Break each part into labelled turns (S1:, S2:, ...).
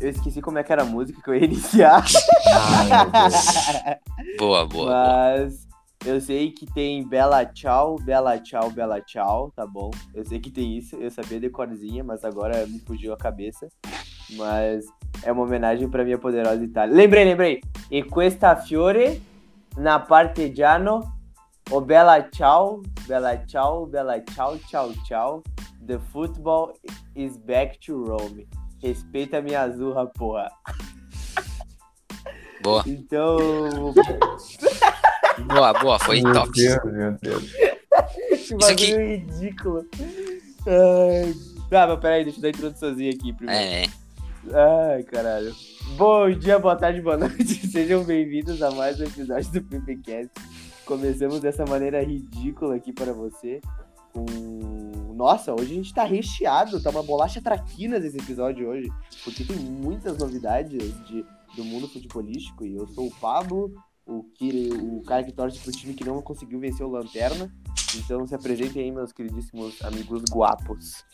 S1: Eu esqueci como é que era a música que eu ia iniciar.
S2: Ai, meu Deus. Boa, boa. boa.
S1: Mas eu sei que tem Bela Tchau, Bela Tchau, Bela Tchau, tá bom? Eu sei que tem isso, eu sabia de corzinha, mas agora me fugiu a cabeça. Mas é uma homenagem pra minha poderosa Itália. Lembrei, lembrei. E questa fiore na parte giano, o Bela Tchau, Bela Tchau, Bela Tchau, Tchau, Tchau. The football is back to Rome. Respeita minha azurra, porra.
S2: Boa,
S1: Então,
S2: boa, boa. Foi
S3: meu
S2: top.
S3: Deus, meu Deus.
S1: Que
S2: Isso aqui-
S1: bagulho é ridículo. Ai. Tá, mas peraí, deixa eu dar a introduçãozinha aqui primeiro.
S2: É, é.
S1: Ai, caralho. Bom dia, boa tarde, boa noite. Sejam bem-vindos a mais um episódio do PPCast. Começamos dessa maneira ridícula aqui para você. Com... Nossa, hoje a gente tá recheado, tá uma bolacha traquinas esse episódio hoje. Porque tem muitas novidades de, do mundo futebolístico. E eu sou o Pablo, o, que, o cara que torce pro time que não conseguiu vencer o Lanterna. Então se apresentem aí, meus queridíssimos amigos guapos.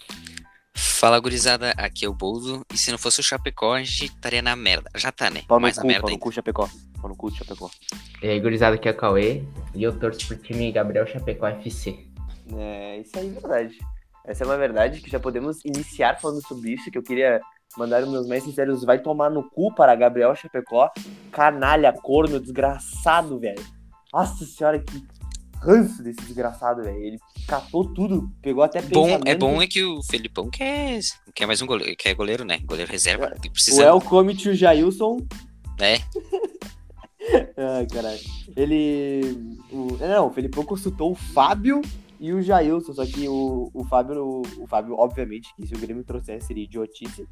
S2: Fala, gurizada. Aqui é o Boldo. E se não fosse o Chapecó, a gente estaria na merda. Já tá, né?
S1: Pau no
S2: Mais
S1: cu,
S2: na merda
S1: pau no
S2: ainda.
S1: cu, Chapecó. Pau no cu, Chapecó.
S4: E aí, gurizada, aqui é o Cauê. E eu torço pro time Gabriel Chapecó FC.
S1: É, isso aí é verdade. Essa é uma verdade que já podemos iniciar falando sobre isso, que eu queria mandar os meus mais sinceros vai tomar no cu para Gabriel Chapecó, canalha, corno, desgraçado, velho. Nossa senhora, que ranço desse desgraçado, velho. Ele catou tudo, pegou até
S2: Bom, é
S1: pensamento.
S2: bom é que o Felipão quer, quer mais um goleiro, quer goleiro, né? Goleiro reserva, que
S1: O
S2: precisa,
S1: El Comit e o Jailson.
S2: né?
S1: Ai, caralho. Ele. o- é, Não, o Felipão consultou o Fábio e o Jailson. Só que o, o Fábio. O, o Fábio, obviamente, que se o Grêmio trouxesse seria idiotice.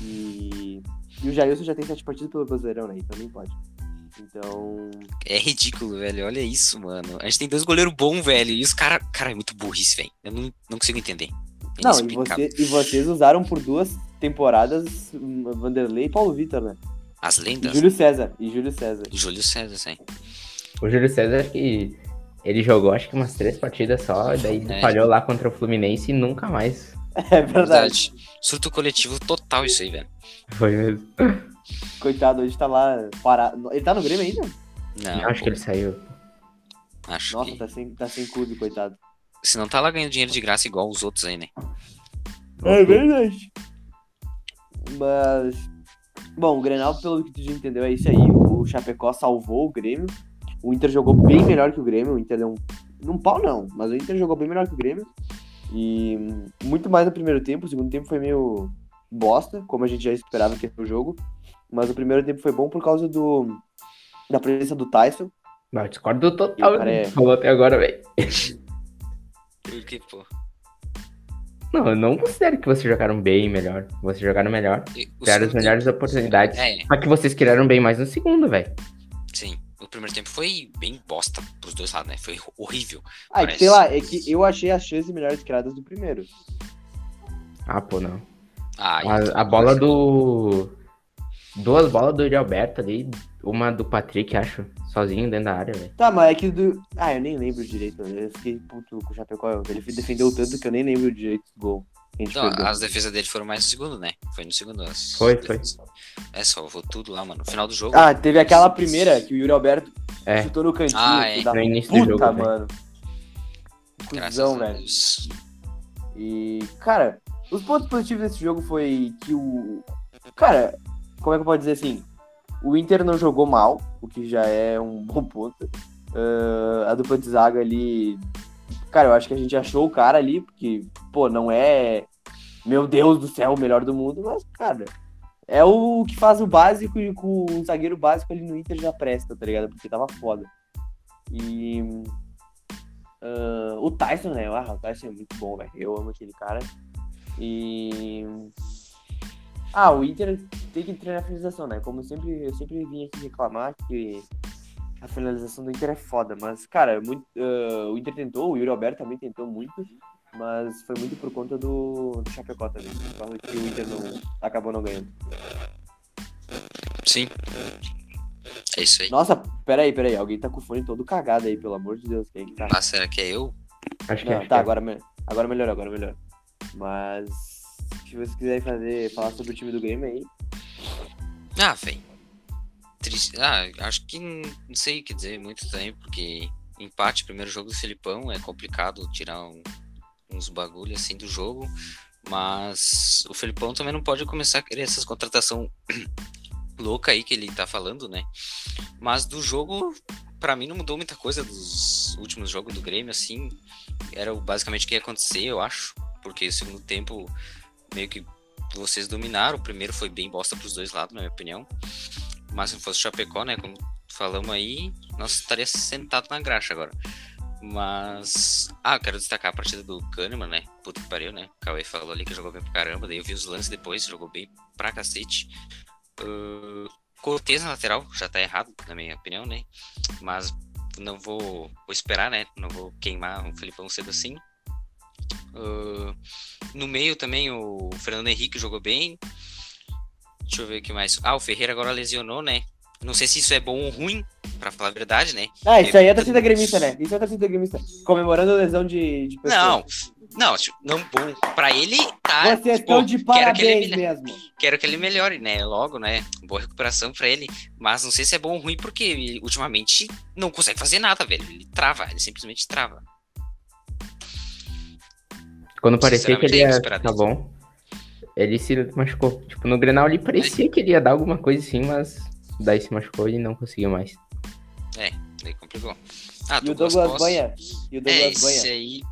S1: E. E o Jailson já tem sete partidas pelo Brasileirão, né? Então nem pode. Então.
S2: É ridículo, velho. Olha isso, mano. A gente tem dois goleiros bons, velho. E os caras. Cara, é muito burrice, velho. Eu não, não consigo entender. É
S1: Não, e,
S2: inexplicável.
S1: você- e vocês usaram por duas temporadas hum, Vanderlei e Paulo Vitor, né?
S2: As
S1: E
S2: lendas.
S1: Júlio
S2: Júlio,
S1: César. E Júlio César.
S2: César, assim. sim.
S4: O Júlio César, acho que ele jogou acho que umas três partidas só, e daí
S2: É.
S4: falhou lá contra o Fluminense e nunca mais
S1: É verdade.
S2: Verdade. Surto coletivo total, isso aí, velho.
S4: foi mesmo.
S1: Coitado, hoje tá lá parado. Ele tá no Grêmio ainda?
S2: Não,
S4: acho que ele saiu.
S2: acho
S1: Nossa,
S2: que.
S1: tá sem, tá sem clube, coitado.
S2: Se não tá lá ganhando dinheiro de graça igual os outros aí, né?
S1: É verdade. Mas. Bom, o Grenal, pelo que tu já entendeu, é isso aí. O Chapecó salvou o Grêmio. O Inter jogou bem melhor que o Grêmio. O Inter deu um. Num pau, não. Mas o Inter jogou bem melhor que o Grêmio. E hum, muito mais no primeiro tempo. O segundo tempo foi meio bosta, como a gente já esperava que ia ser o jogo. Mas o primeiro tempo foi bom por causa do. Da presença do Tyson.
S4: Não, eu discordo do
S1: E
S4: total
S1: o cara é-
S4: que falou até agora, velho.
S2: Porque, pô.
S4: Não, eu não considero que vocês jogaram bem melhor. Vocês jogaram melhor,
S2: e-
S4: tiveram
S2: o
S4: as
S2: segundo
S4: melhores oportunidades.
S2: tempo- É,
S4: Só que vocês criaram bem mais no segundo, velho.
S2: sim. O primeiro tempo foi bem bosta pros dois lados, né? Foi horrível.
S1: Ah, é que, sei
S2: Parece.
S1: lá, é que eu achei as chances melhores criadas do primeiro.
S4: Ah, pô, não.
S2: Ah, então,
S4: A, a bola do. Duas bolas do Yuri Alberto ali, uma do Patrick, acho, sozinho dentro da área, velho.
S1: Tá, mas é que do. Ah, eu nem lembro direito. né? Eu fiquei puto com o Chapecó. Ele defendeu tanto que eu nem lembro direito do gol. que a gente
S2: Não,
S1: perdeu.
S2: as defesas dele foram mais no segundo, né? Foi no segundo. as
S4: Foi, foi.
S2: defesas. É, salvou tudo lá, mano. No final do jogo.
S1: Ah, teve aquela primeira que o Yuri Alberto
S4: É.
S1: chutou no cantinho.
S2: Ah,
S1: filho
S2: é.
S1: da
S4: No início do
S1: puta,
S4: jogo, né? velho.
S1: mano.
S2: graças
S1: Cusão,
S2: a
S1: velho.
S2: Deus.
S1: E, cara, os pontos positivos desse jogo foi que o. Cara, como é que eu posso dizer assim? O Inter não jogou mal, o que já é um bom ponto. Ah, a dupla de zaga ali. Cara, eu acho que a gente achou o cara ali, porque, pô, não é. Meu Deus do céu, o melhor do mundo, mas, cara. É o que faz o básico e com um zagueiro básico ali no Inter já presta, tá ligado? Porque tava foda. E ah, o Tyson, né? Ah, o Tyson é muito bom, velho. Eu amo aquele cara. E. Ah, o Inter tem que treinar a finalização, né? Como sempre, eu sempre vim aqui reclamar que a finalização do Inter é foda. Mas, cara, muito, ah, o Inter tentou, o Yuri Alberto também tentou muito. Mas foi muito por conta do, do Chapecó também. Por causa que o Inter não, acabou não ganhando.
S2: Sim. É isso aí.
S1: Nossa, peraí, peraí. Alguém tá com o fone todo cagado aí, pelo amor de Deus. Quem é que tá?
S2: Ah, será que é eu?
S4: Acho que é
S1: Não,
S4: acho
S1: tá,
S4: que-
S1: agora, me- agora melhorou, agora melhorou. Mas se vocês quiserem fazer, falar sobre o time do Grêmio aí.
S2: Ah, velho. Triste. Ah, acho que n- não sei o que dizer muito também, porque empate, primeiro jogo do Filipão, é complicado tirar um- uns bagulho assim do jogo. Mas o Filipão também não pode começar a querer essas contratação louca aí que ele tá falando, né? Mas do jogo, pra mim não mudou muita coisa dos últimos jogos do Grêmio, assim. Era o- basicamente o que ia acontecer, eu acho. Porque o segundo tempo meio que vocês dominaram. O primeiro foi bem bosta pros dois lados, na minha opinião. Mas se não fosse o Chapecó, né? Como falamos aí, nós estaria sentado na graxa agora. Mas. Ah, quero destacar a partida do Kahneman, né? Puta que pariu, né? O Cauê falou ali que jogou bem pra caramba. Daí eu vi os lances depois, jogou bem pra cacete. Uh, Cortez na lateral, já tá errado, na minha opinião, né? Mas não vou, vou esperar, né? Não vou queimar o Felipão cedo assim. Uh, no meio também o Fernando Henrique jogou bem. Deixa eu ver o que mais. Ah, o Ferreira agora lesionou, né? Não sei se isso é bom ou ruim, pra falar a verdade, né?
S1: Ah, isso aí é torcida gremista, né? Isso é torcida gremista. Comemorando a lesão de, de pessoa.
S2: Não, não, tipo, não bom. Pra ele, tá.
S1: Vocês
S2: tipo,
S1: estão é de
S2: quero, que ele,
S1: parabéns
S2: melho-
S1: mesmo.
S2: quero que ele melhore, né? Logo, né? Boa recuperação pra ele. Mas não sei se é bom ou ruim, porque ele, ultimamente não consegue fazer nada, velho. Ele trava, ele simplesmente trava.
S4: Quando parecia que
S2: Sinceramente,
S4: ele
S2: eu
S4: ia
S2: esperava
S4: ficar
S2: isso.
S4: bom, ele se machucou. Tipo, no Grenal ele parecia que ele ia dar alguma coisa assim, mas daí se machucou e não conseguiu mais.
S2: Daí complicou. Ah,
S1: E o Douglas
S2: Costa.
S1: Banha. E o
S2: É,
S1: Douglas
S2: isso
S1: Banha.
S2: aí.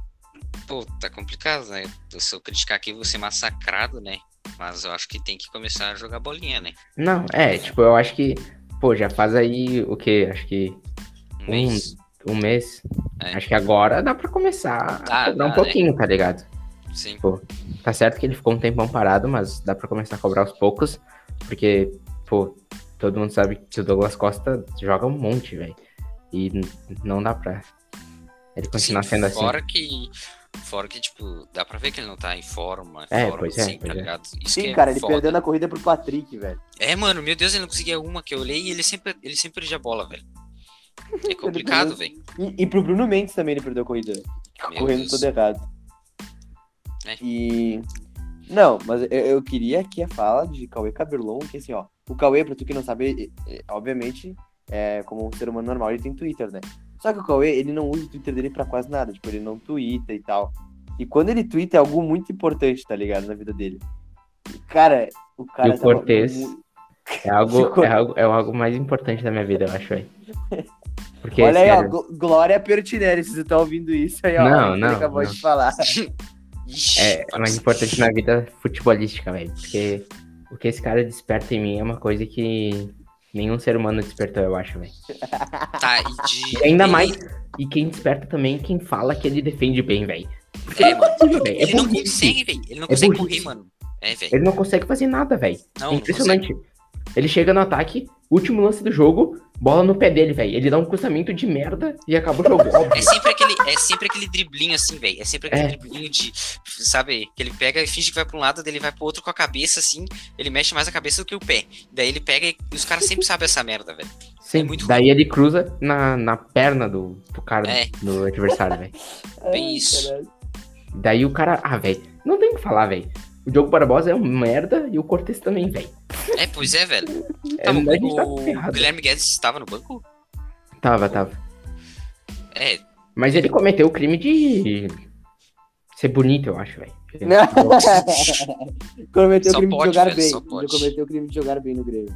S2: Pô, tá complicado, né? Se eu criticar aqui, eu vou ser massacrado, né? Mas eu acho que tem que começar a jogar bolinha, né?
S4: Não, é, tipo, eu acho que, pô, já faz aí o quê? Acho que
S2: Um
S4: Hum.
S2: mês.
S4: um mês.
S2: É.
S4: Acho que agora dá pra começar
S2: Dá,
S4: a cobrar um
S2: dá, né?
S4: pouquinho, tá ligado?
S2: Sim.
S4: Tá certo que ele ficou um tempão parado, mas dá pra começar a cobrar aos poucos, porque, pô, todo mundo sabe que o Douglas Costa joga um monte, velho. E n- não dá pra ele continuar
S2: Sim,
S4: sendo assim.
S2: fora que. Fora que, tipo, dá pra ver que ele não tá em forma.
S4: É,
S2: forma,
S4: pois é,
S2: assim, tá
S4: pois é.
S2: ligado? Isso que
S1: Sim,
S2: é
S1: cara, ele
S2: foda.
S1: perdeu na corrida pro Patrick, velho.
S2: É, mano, meu Deus, ele não conseguia uma que eu olhei e ele sempre, ele sempre perdia a bola, velho. É complicado, velho.
S1: E, e pro Bruno Mendes também ele perdeu a corrida.
S2: Meu
S1: correndo
S2: Deus.
S1: todo errado.
S2: É.
S1: E. Não, mas eu, eu queria aqui a fala de Cauê Caberlon, que assim, ó, o Cauê, pra tu que não sabe, é- é- obviamente, é, como um ser humano normal, ele tem Twitter, né? Só que o Cauê, ele não usa o Twitter dele pra quase nada, tipo, ele não twitta e tal. E quando ele twitta é algo muito importante, tá ligado, na vida dele. E, cara, o cara... tá
S4: E o
S1: tava
S4: Cortez?
S1: mu-
S4: É algo,
S1: Ficou-
S4: é, algo, é algo mais importante da minha vida, eu acho, velho. Porque,
S1: Olha aí, ó,
S4: sério,
S1: Gl- Glória Pertinelli, se você tá ouvindo isso aí, ó.
S4: Não,
S1: ele
S4: não,
S1: acabou
S4: não.
S1: de falar.
S2: Ixi,
S4: é
S2: parça.
S4: mais importante na vida futebolística, velho. Porque o que esse cara desperta em mim é uma coisa que nenhum ser humano despertou, eu acho, velho.
S2: Tá, e de-
S4: E ainda mais, e quem desperta também, é quem fala que ele defende bem, velho.
S2: É, mano.
S4: Ele,
S2: Ele não consegue, velho. Ele não consegue correr,
S4: burrice.
S2: mano. É, velho.
S4: ele não consegue fazer nada, velho.
S2: Não,
S4: É
S2: não consegue.
S4: impressionante. Ele chega no ataque, último lance do jogo, bola no pé dele, velho. Ele dá um cruzamento de merda e acabou o jogo.
S2: É
S4: Óbvio.
S2: sempre aquele, é sempre aquele driblinho assim, velho. É sempre aquele
S4: É.
S2: driblinho de, sabe, que ele pega e finge que vai pra um lado, daí ele vai pro outro com a cabeça assim, ele mexe mais a cabeça do que o pé. Daí ele pega e e os caras sempre sabem essa merda, velho.
S4: Sim,
S2: é muito
S4: daí ele cruza na, na perna do, do cara,
S2: É.
S4: do adversário, velho.
S2: Bem isso.
S1: caralho.
S4: Daí o cara, ah, velho, não tem o que falar, velho. O Diogo Barbosa é um merda e o Cortez também, velho.
S2: É, pois é, velho.
S4: É,
S2: Tá,
S4: a
S2: bom,
S4: gente tá
S2: o
S4: ferrado.
S2: Guilherme Guedes estava no banco?
S4: Tava, tava.
S2: É,
S4: Mas ele cometeu o crime de ser bonito, eu acho, velho.
S1: Não. cometeu
S2: Só
S1: o crime
S2: pode,
S1: de jogar
S2: velho,
S1: bem.
S2: só pode.
S1: Já cometeu o crime de jogar bem no Grêmio.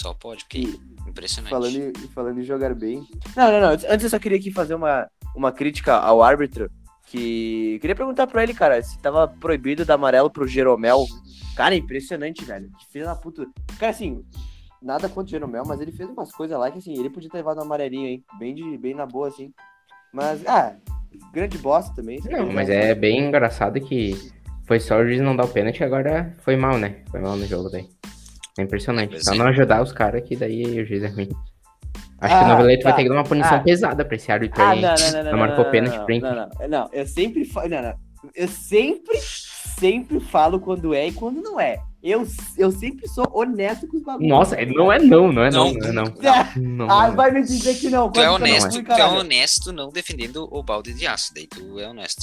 S2: só pode, porque
S1: E
S2: impressionante.
S1: falando, em- falando em jogar bem. Não, não, não. Antes eu só queria aqui fazer uma, uma crítica ao árbitro. Que queria perguntar pra ele, cara, se tava proibido dar amarelo pro Jeromel. Cara, é impressionante, velho. Que filha da puta. Cara, assim, nada contra o Jeromel, mas ele fez umas coisas lá que, assim, ele podia ter levado um amarelinho, hein? Bem, de, bem na boa, assim. Mas, ah, grande bosta também.
S4: Não, mas é bem engraçado que foi só o juiz não dar o pênalti e agora foi mal, né? Foi mal no jogo daí. É impressionante.
S2: Pois
S4: Só
S2: é.
S4: não ajudar os caras que daí o juiz é ruim. Acho que
S1: Ah,
S4: o Noveleto
S1: tá.
S4: vai ter que dar uma punição
S1: Ah.
S4: pesada pra esse árbitro
S1: Ah,
S4: aí.
S1: não, não, não, não.
S4: Não marcou
S1: não,
S4: pênalti
S1: não,
S4: pra
S1: não, não, não, não, eu sempre falo. Não, não. Eu sempre, sempre falo quando é e quando não é. Eu, eu sempre sou honesto com os bagulhos.
S4: Nossa, não é não, não é não,
S2: Não.
S4: não é não. Não, é
S1: Ah,
S4: não.
S1: vai me dizer que não.
S2: Tu é
S1: quando que eu
S2: honesto,
S1: Não, fui,
S2: tu é
S1: caralho?
S2: honesto não defendendo o balde de aço, daí tu é honesto.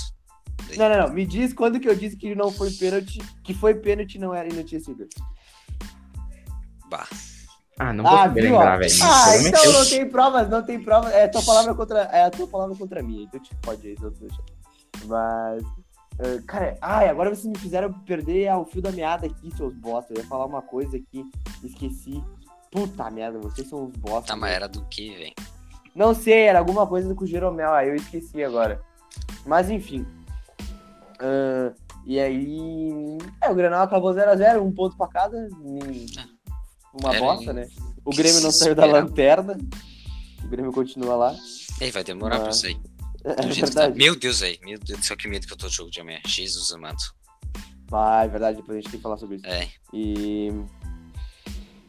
S1: não, não, não. Me diz quando que eu disse que não foi pênalti, que foi pênalti e não era e não tinha sido.
S2: Bah.
S4: Ah, não vou saber
S1: viu, ó?
S4: lembrar, velho. mas
S1: Ah,
S4: provavelmente
S1: então
S4: eu-
S1: não tem provas, não tem provas. É a tua palavra contra, é a tua palavra contra a minha, então te pode aí, outro Mas. eh, cara, ai, agora vocês me fizeram perder ao fio da meada aqui, seus bosta. Eu ia falar uma coisa aqui, esqueci. Puta merda, vocês são os bosta.
S2: Tá, mas
S1: velho.
S2: era do que, velho?
S1: Não sei, era alguma coisa com o Jeromel, aí eu esqueci agora. Mas enfim. Ahn, e aí. É, o Grenal acabou 0x0, um ponto pra cada. nem- Uma
S2: Era
S1: bosta,
S2: em-
S1: né? O Grêmio não
S2: se
S1: saiu da
S2: esperava.
S1: lanterna. O Grêmio continua lá.
S2: Ei, vai demorar
S1: Ah,
S2: pra sair. do
S1: É
S2: jeito que tá.
S1: verdade.
S2: Meu Deus, velho. Meu Deus do céu, que medo que eu tô do jogo de amanhã. Jesus amado.
S1: Ah, é verdade, depois a gente tem que falar sobre isso.
S2: É.
S1: E.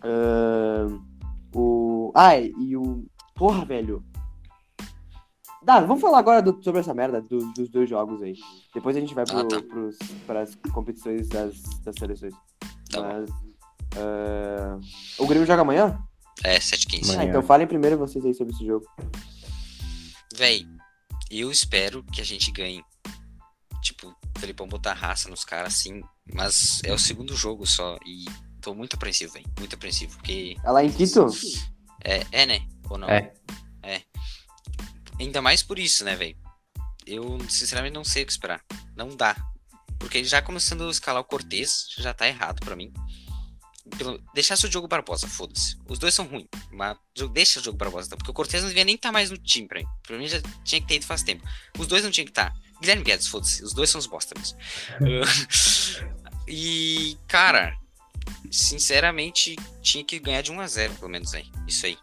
S1: ahn, o. Ah, e o. Porra, velho. Dá, vamos falar agora do- sobre essa merda do- dos dois jogos aí. Depois a gente vai pro,
S2: Ah, tá.
S1: pros- pras competições das, das seleções.
S2: Tá bom.
S1: Mas, ahn, o Grêmio joga amanhã?
S2: É, 7h15.
S1: Ah,
S4: Amanhã.
S1: então falem primeiro vocês aí sobre esse jogo.
S2: Véi, eu espero que a gente ganhe. Tipo, o Felipão botar raça nos caras assim. Mas é o segundo jogo só. E tô muito apreensivo, velho. Muito apreensivo. Porque.
S1: É lá em Quito?
S2: É, é né? Ou não?
S4: É.
S2: É. Ainda mais por isso, né, velho? Eu, sinceramente, não sei o que esperar. Não dá. Porque já começando a escalar o Cortez, já tá errado pra mim. Pelo... Deixasse o Diogo Barbosa, foda-se. Os dois são ruins, mas jo- deixa o Diogo Barbosa, tá? porque o Cortez não devia nem estar mais no time pra mim. Pra mim já tinha que ter ido faz tempo. Os dois não tinham que estar. Guilherme Guedes, foda-se. Os dois são os bosta mesmo. e, cara, sinceramente, tinha que ganhar de 1x0, pelo menos aí. Isso aí.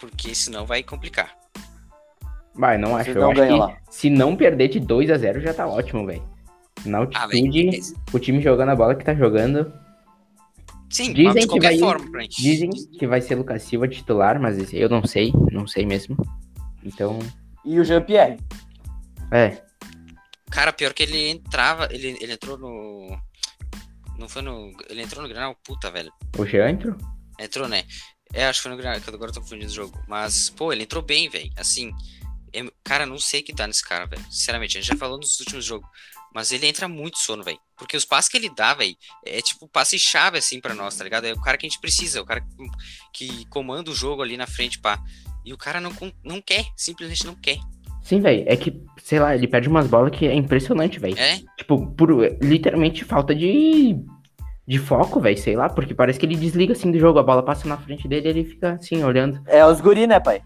S2: Porque senão vai complicar.
S4: Vai, não acho.
S1: Vocês
S4: Eu
S1: não
S4: acho
S1: ganham
S4: que
S1: lá.
S4: se não perder de 2 a 0 já tá ótimo, velho. Na
S2: Ah, velho.
S4: altitude, o time jogando a bola que tá jogando.
S2: Sim,
S4: Dizem
S2: mas de
S4: que
S2: qualquer
S4: vai-
S2: forma, pra gente.
S4: Dizem que vai ser Lucas Silva titular, mas eu não sei, não sei mesmo. Então,
S1: E o Jean-Pierre?
S4: é,
S2: Cara, pior que ele entrava, ele, ele entrou no. Não foi no. Ele entrou no Granal, puta, velho.
S4: o Jean entrou.
S2: Entrou, né? É, acho que foi no Granal, que agora eu tô confundindo o jogo. Mas, pô, ele entrou bem, velho. Assim, eu- cara, não sei o que dá nesse cara, velho. Sinceramente, a gente já falou nos últimos jogos. Mas ele entra muito sono, velho. Porque os passes que ele dá, velho, é tipo passe-chave, assim, pra nós, tá ligado? É o cara que a gente precisa, é o cara que comanda o jogo ali na frente, pá. E o cara não, con- não quer, simplesmente não quer.
S4: Sim, velho, é que, sei lá, ele perde umas bolas que é impressionante, velho.
S2: É,
S4: Tipo, por literalmente falta de, de foco, velho, sei lá, porque parece que ele desliga assim do jogo, a bola passa na frente dele e ele fica assim, olhando.
S1: É os guri, né, pai?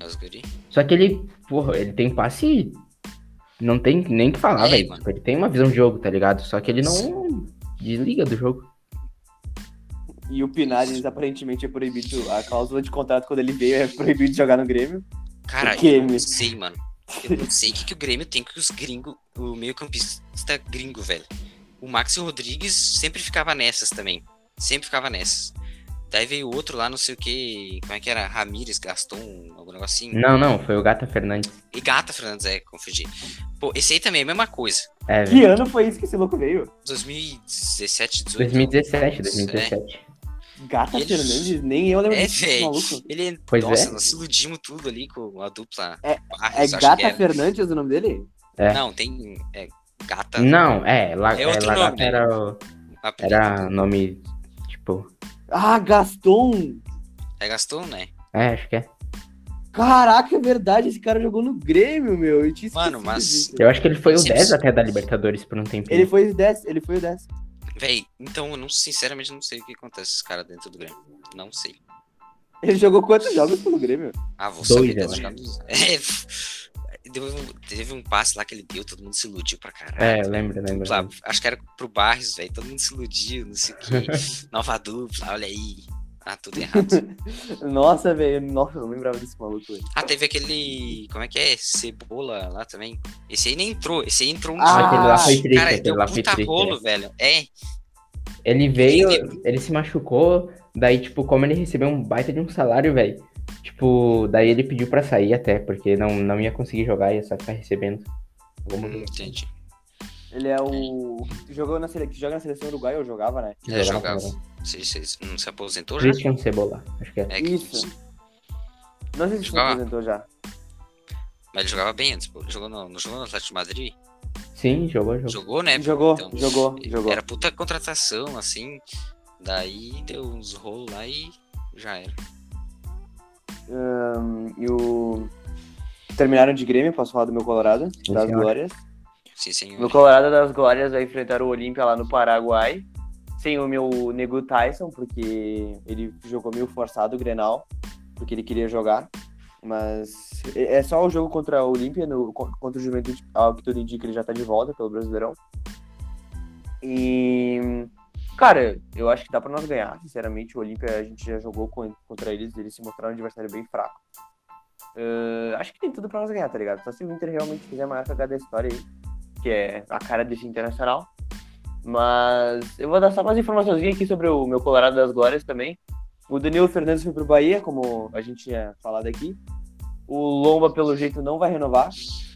S2: é os guri.
S4: Só que ele, porra, ele tem passe. Não tem nem o que falar,
S2: É,
S4: velho.
S2: mano.
S4: Ele tem uma visão de jogo, tá ligado? Só que ele não desliga do jogo.
S1: E o Pinares aparentemente é proibido. A cláusula de contrato quando ele veio é proibido de jogar no Grêmio.
S2: Cara,
S1: Porque,
S2: eu
S1: meu-
S2: não sei, mano. Eu não sei o que, que o Grêmio tem com os gringos, o meio-campista gringo, velho. O Maxi Rodrigues sempre ficava nessas também. Sempre ficava nessas. Daí veio outro lá, não sei o que. Como é que era? Ramírez, Gaston, algum negocinho.
S4: Não, não, foi o Gata Fernandes.
S2: E Gata Fernandes, é, confundi. Pô, esse aí também é a mesma coisa.
S4: É,
S1: Que
S4: velho.
S1: ano foi isso que esse louco veio?
S2: 2017, 18.
S4: 2017,
S2: é,
S4: 2017.
S2: tá
S1: Gata
S2: Ele-
S1: Fernandes? Nem eu lembro
S2: É,
S1: desse
S2: velho.
S1: maluco.
S2: Ele,
S4: Pois
S2: nossa,
S4: é.
S2: nós se iludimos tudo ali com a dupla. Barros,
S1: É
S2: acho que
S1: Gata
S2: era.
S1: Fernandes o nome dele?
S4: É.
S2: Não, tem. É, Gata.
S4: Não, é, La,
S2: É
S4: é
S2: outro
S4: La
S2: nome,
S4: Gata
S2: né?
S4: era, o-
S2: apelido.
S4: era nome, tipo.
S1: Ah, Gaston!
S2: É Gaston, né?
S4: É, acho que é.
S1: Caraca, é verdade, esse cara jogou no Grêmio, meu. Eu tinha
S2: Mano,
S1: esquecido
S2: mas-
S1: disso.
S4: Eu acho que ele foi o
S2: Sim,
S4: 10
S2: sim.
S4: até da Libertadores por um tempinho.
S1: Ele foi é o 10, ele foi o 10.
S2: Véi, então eu não, sinceramente não sei o que acontece com esses caras dentro do Grêmio. Não sei.
S1: Ele jogou quantos jogos pelo Grêmio?
S2: Ah, vou
S4: Dois,
S2: saber
S4: eu
S2: dentro do Grêmio. É, deu um- teve um passe lá que ele deu, todo mundo se iludiu pra caralho.
S4: É, eu lembro, eu lembro.
S2: Dupla, acho que era pro Barros, velho. Todo mundo se iludiu, não sei o que. Nova dupla, olha aí. Ah, tudo errado.
S1: Nossa, velho, nossa, eu não lembrava desse maluco. velho.
S2: Ah, teve aquele. Como é que é? Cebola lá também. Esse aí nem entrou. Esse aí entrou um
S1: Ah,
S2: dia.
S4: aquele lá foi triste,
S2: Cara,
S4: aquele
S2: deu
S4: lá foi
S2: puta
S4: triste.
S2: rolo, velho. É,
S4: Ele veio, ele se machucou, daí, tipo, como ele recebeu um baita de um salário, velho, tipo, daí ele pediu pra sair até, porque não, não ia conseguir jogar, ia só ficar recebendo. Alguma coisa assim.
S2: Hum, entendi.
S1: Ele é o. Jogou na sele... que joga na seleção uruguaia ou jogava, né?
S2: É,
S4: Jogava,
S2: jogava. Você, você não se aposentou já?
S4: Christian Cebola, acho que é.
S2: É,
S1: Isso. Não sei se você
S2: Jogava.
S1: apresentou já.
S2: Mas ele jogava bem antes, pô. Jogou no, não jogou no Atlético de Madrid?
S4: Sim, jogou, jogou.
S2: Jogou, né? pô?
S1: Jogou,
S2: Então,
S1: jogou, jogou.
S2: Era puta contratação, assim. Daí deu uns rolos lá e já era.
S1: E o. Terminaram de Grêmio, posso falar do meu Colorado,
S4: Sim,
S1: das
S4: senhor.
S1: glórias.
S2: Sim, senhor.
S1: Meu Colorado das Glórias vai enfrentar o Olímpia lá no Paraguai. Sem o meu nego Tyson, porque ele jogou meio forçado o Grenal, porque ele queria jogar. Mas é é só o jogo contra o Olímpia, no- co- contra o Juventude, ao que tudo indica, ele já tá de volta pelo Brasileirão. E, cara, eu acho que dá pra nós ganhar, sinceramente. O Olímpia, a gente já jogou con- contra eles, eles se mostraram um adversário bem fraco. Ah, acho que tem tudo pra nós ganhar, tá ligado? Só se o Inter realmente fizer a maior cagada da história aí que é a cara desse internacional. Mas eu vou dar só umas informações aqui sobre o meu Colorado das Glórias também. O Danilo Fernandes foi pro Bahia, como a gente tinha falado aqui. O Lomba, pelo jeito, não vai renovar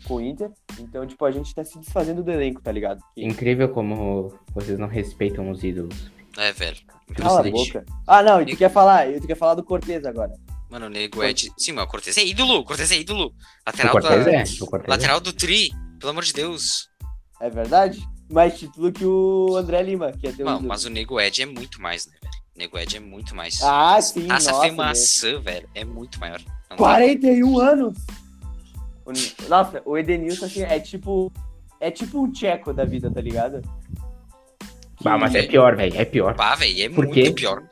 S1: com o Inter. Então, tipo, a gente tá se desfazendo do elenco, tá ligado? Que-
S4: Incrível como vocês não respeitam os ídolos.
S2: É, velho.
S1: Cala a
S4: Triste.
S1: boca. Ah, não, e tu quer falar, e tu quer falar do Cortez agora.
S2: Mano, o nego é. de- Sim, mas o Cortez é ídolo. O Cortez é ídolo.
S4: O
S2: Lateral,
S4: Cortez
S2: da...
S4: é. O Cortez é.
S2: Lateral do Tri. Pelo amor de Deus.
S1: É verdade? Mais título que o André Lima, que é teu
S2: Mano,
S1: ídolo.
S2: mas o Nego Ed é muito mais, né, velho? O Nego Ed é muito mais.
S1: Ah, sim,
S2: Taça
S1: nossa. né?
S2: Femaçã, velho, é muito maior. Não
S1: 41 anos! O- Nossa, o Edenilson assim, é tipo. É tipo um tcheco da vida, tá ligado?
S4: Bah, mas é pior, velho. É pior.
S2: tem- Pá, velho, é
S4: Por
S2: muito
S4: quê?
S2: pior.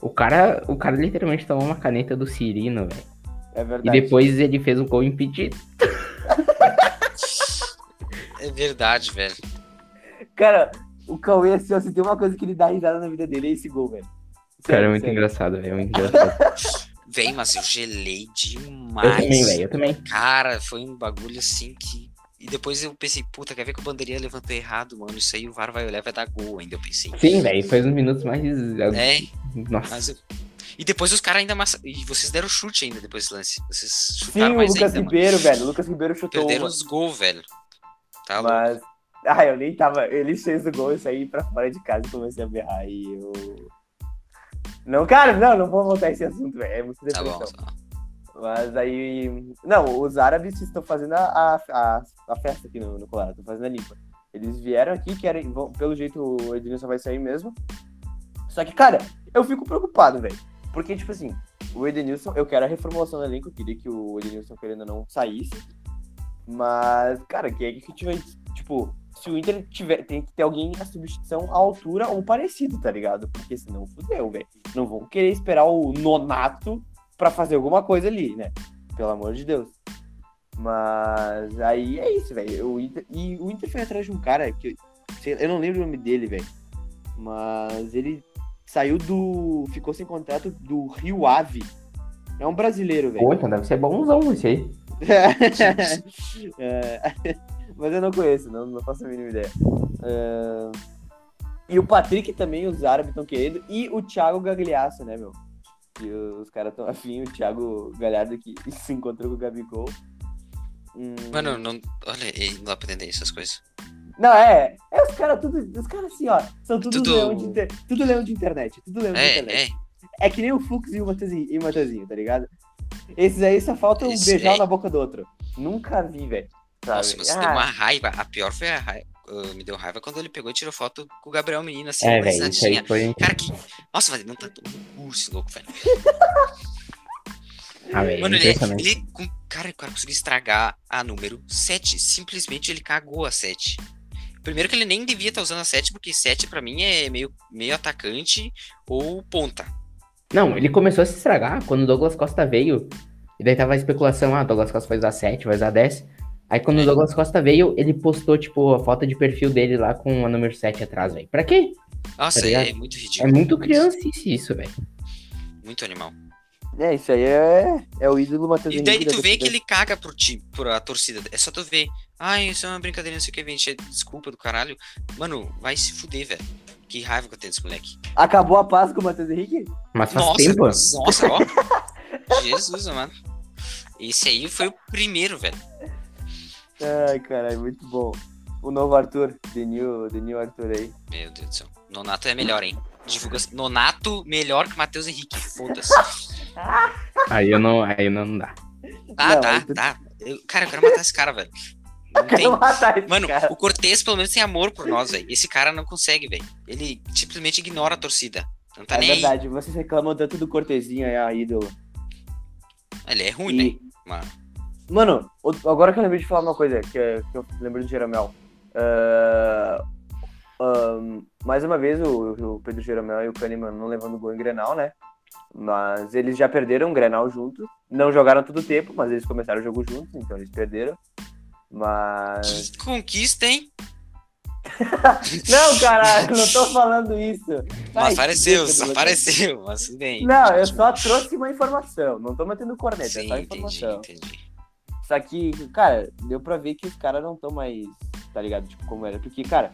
S4: O cara, o cara literalmente tomou uma caneta do Cirino, velho.
S1: É
S4: E
S1: verdade.
S4: depois ele fez um gol impedido.
S2: É verdade, velho.
S1: Cara, o Cauê, assim, ó, se tem uma coisa que ele dá risada na vida dele, é esse gol, velho.
S4: Cara, é
S1: Sério,
S4: muito
S1: sério.
S4: engraçado, velho. é Muito engraçado.
S2: Vem, mas eu gelei demais.
S4: Eu também, velho. Eu também.
S2: Cara, foi um bagulho assim que. E depois eu pensei, puta, quer ver que o bandeirinha levantou errado, mano? Isso aí o VAR vai olhar, vai dar gol ainda, eu pensei.
S4: Sim, velho. Foi uns minutos mais.
S2: É,
S4: Nossa.
S2: mas eu... E depois os caras ainda massa... E vocês deram chute ainda depois desse lance. Vocês chutaram
S1: Sim, o
S2: mais
S1: Lucas
S2: ainda, mano.
S1: Ribeiro, velho. O Lucas Ribeiro chutou
S2: Perderam
S1: uma.
S2: os gols, velho. Tá louco.
S1: Mas. Ah, eu nem tava. Ele fez o gol, eu saí pra fora de casa e comecei a berrar. E eu. Não, cara, não, não vou voltar a esse assunto, velho. É muito
S2: Tá
S1: depressão.
S2: bom, tá bom.
S1: Mas aí. Não, os árabes estão fazendo a, a, a festa aqui no, no Colorado, estão fazendo a limpa. Eles vieram aqui, querem. Vão, pelo jeito o Ednilson vai sair mesmo. Só que, cara, eu fico preocupado, velho. Porque, tipo assim, o Edenilson, eu quero a reformulação do elenco, eu queria que o Edenilson querendo ou não saísse. Mas, cara, quem é que tiver. Tipo, se o Inter tiver, tem que ter alguém na substituição à altura ou parecido, tá ligado? Porque senão fudeu, velho. Não vão querer esperar o nonato pra fazer alguma coisa ali, né? Pelo amor de Deus. Mas aí é isso, velho. O Inter- E o Inter foi atrás de um cara que. sei- eu não lembro o nome dele, velho. Mas ele saiu do. ficou sem contrato do Rio Ave. É um brasileiro, velho.
S4: Pô, então deve ser bonzão esse aí.
S1: É, Mas eu não conheço, não, não faço a mínima ideia. É, E o Patrick também, os árabes estão querendo. E o Thiago Gagliasso, né, meu? Que os caras estão afim, o Thiago Galhardo que se encontrou com o Gabigol. Hum,
S2: Mano, não... olha, ele não dá pra entender essas coisas.
S1: Não, é. É os caras tudo. Os caras assim, ó. São tudo,
S2: Tudo-
S1: leão de inter- tudo leão de internet. Tudo leão de internet.
S2: É, é.
S1: É que nem o Flux e o Mateuzinho, e o Mateuzinho, tá ligado? Esses aí só faltam
S2: Esse
S1: beijar um
S2: é-
S1: na boca do outro. Nunca vi, velho. sabe?
S2: Nossa, mas
S1: Ah,
S2: deu uma raiva. A pior foi a raiva. ah, me deu raiva quando ele pegou e tirou foto com o Gabriel Menino, assim,
S4: É,
S2: é,
S4: velho. Isso aí foi.
S2: Cara, que. Nossa, velho, não tá tomando curso, louco, velho.
S4: Ah, velho.
S2: Mano, ele, é
S4: Impressionante.
S2: ele com- Cara, o cara conseguiu estragar a número 7. Simplesmente ele cagou a 7. Primeiro que ele nem devia estar usando a 7, porque 7 pra mim é meio, meio atacante ou ponta.
S4: Não, ele começou a se estragar quando o Douglas Costa veio. E daí tava a especulação, ah, o Douglas Costa vai usar 7, vai usar 10. Aí
S2: É.
S4: quando o Douglas Costa veio, ele postou, tipo, a foto de perfil dele lá com a número 7 atrás, velho. Pra quê?
S2: Nossa,
S4: Tá ligado?
S2: é, muito
S4: É
S2: ridículo.
S4: muito criancice isso, velho.
S2: Muito animal.
S1: É, isso aí é, é o ídolo Matheus
S2: E daí
S1: Henrique,
S2: tu
S1: né,
S2: vê que
S1: depois-
S2: ele caga pro time, pra torcida. É só tu ver. Ai, isso é uma brincadeira, não sei o que, vem encher de desculpa do caralho. Mano, vai se fuder, velho. Que raiva que eu tenho desse moleque.
S1: Acabou a paz com o Matheus Henrique?
S4: Mas faz
S2: Nossa, é
S4: tempo.
S2: nossa, ó. Jesus, mano. Esse aí foi o primeiro, velho.
S1: Ai, caralho, muito bom. O novo Arthur, The New, the new Arthur aí.
S2: Meu Deus do céu. Nonato é melhor, hein? Divulga. Nonato melhor que Matheus Henrique. Foda-se.
S4: Aí eu não, aí eu não dá.
S2: Tá,
S1: Não,
S2: tá,
S1: mas tu-
S2: tá. Eu- cara, eu quero matar esse cara, velho. Não tem.
S1: Quero matar esse
S2: Mano,
S1: cara.
S2: o Cortez pelo menos tem amor por nós, velho. Esse cara não consegue, velho. Ele simplesmente ignora a torcida. Não tá
S1: É
S2: nem. aí.
S1: verdade, vocês reclamam tanto do Cortezinho aí, a ídolo.
S2: Ele é ruim,
S1: E,
S2: né? Mas
S1: mano, outro- agora que eu lembrei de falar uma coisa, que, é- que eu lembrei do Jeromel. Ah, ahn, mais uma vez, o, o Pedro Jeromel e o Kahneman não levando gol em Grenal, né? Mas eles já perderam o Grenal juntos. Não jogaram todo o tempo, mas eles começaram o jogo juntos, então eles perderam. Mas...
S2: que conquista, hein?
S1: Não, caralho, não tô falando isso. Vai,
S2: Mas apareceu,
S1: que
S2: só
S1: Pedro,
S2: apareceu. Mas tudo bem.
S1: Não, eu só trouxe uma informação. Não tô metendo corneta, é
S2: Sim,
S1: só
S2: entendi,
S1: informação.
S2: entendi.
S1: Só que, cara, deu pra ver que os caras não tão mais, tá ligado? Tipo, como era. Porque, cara,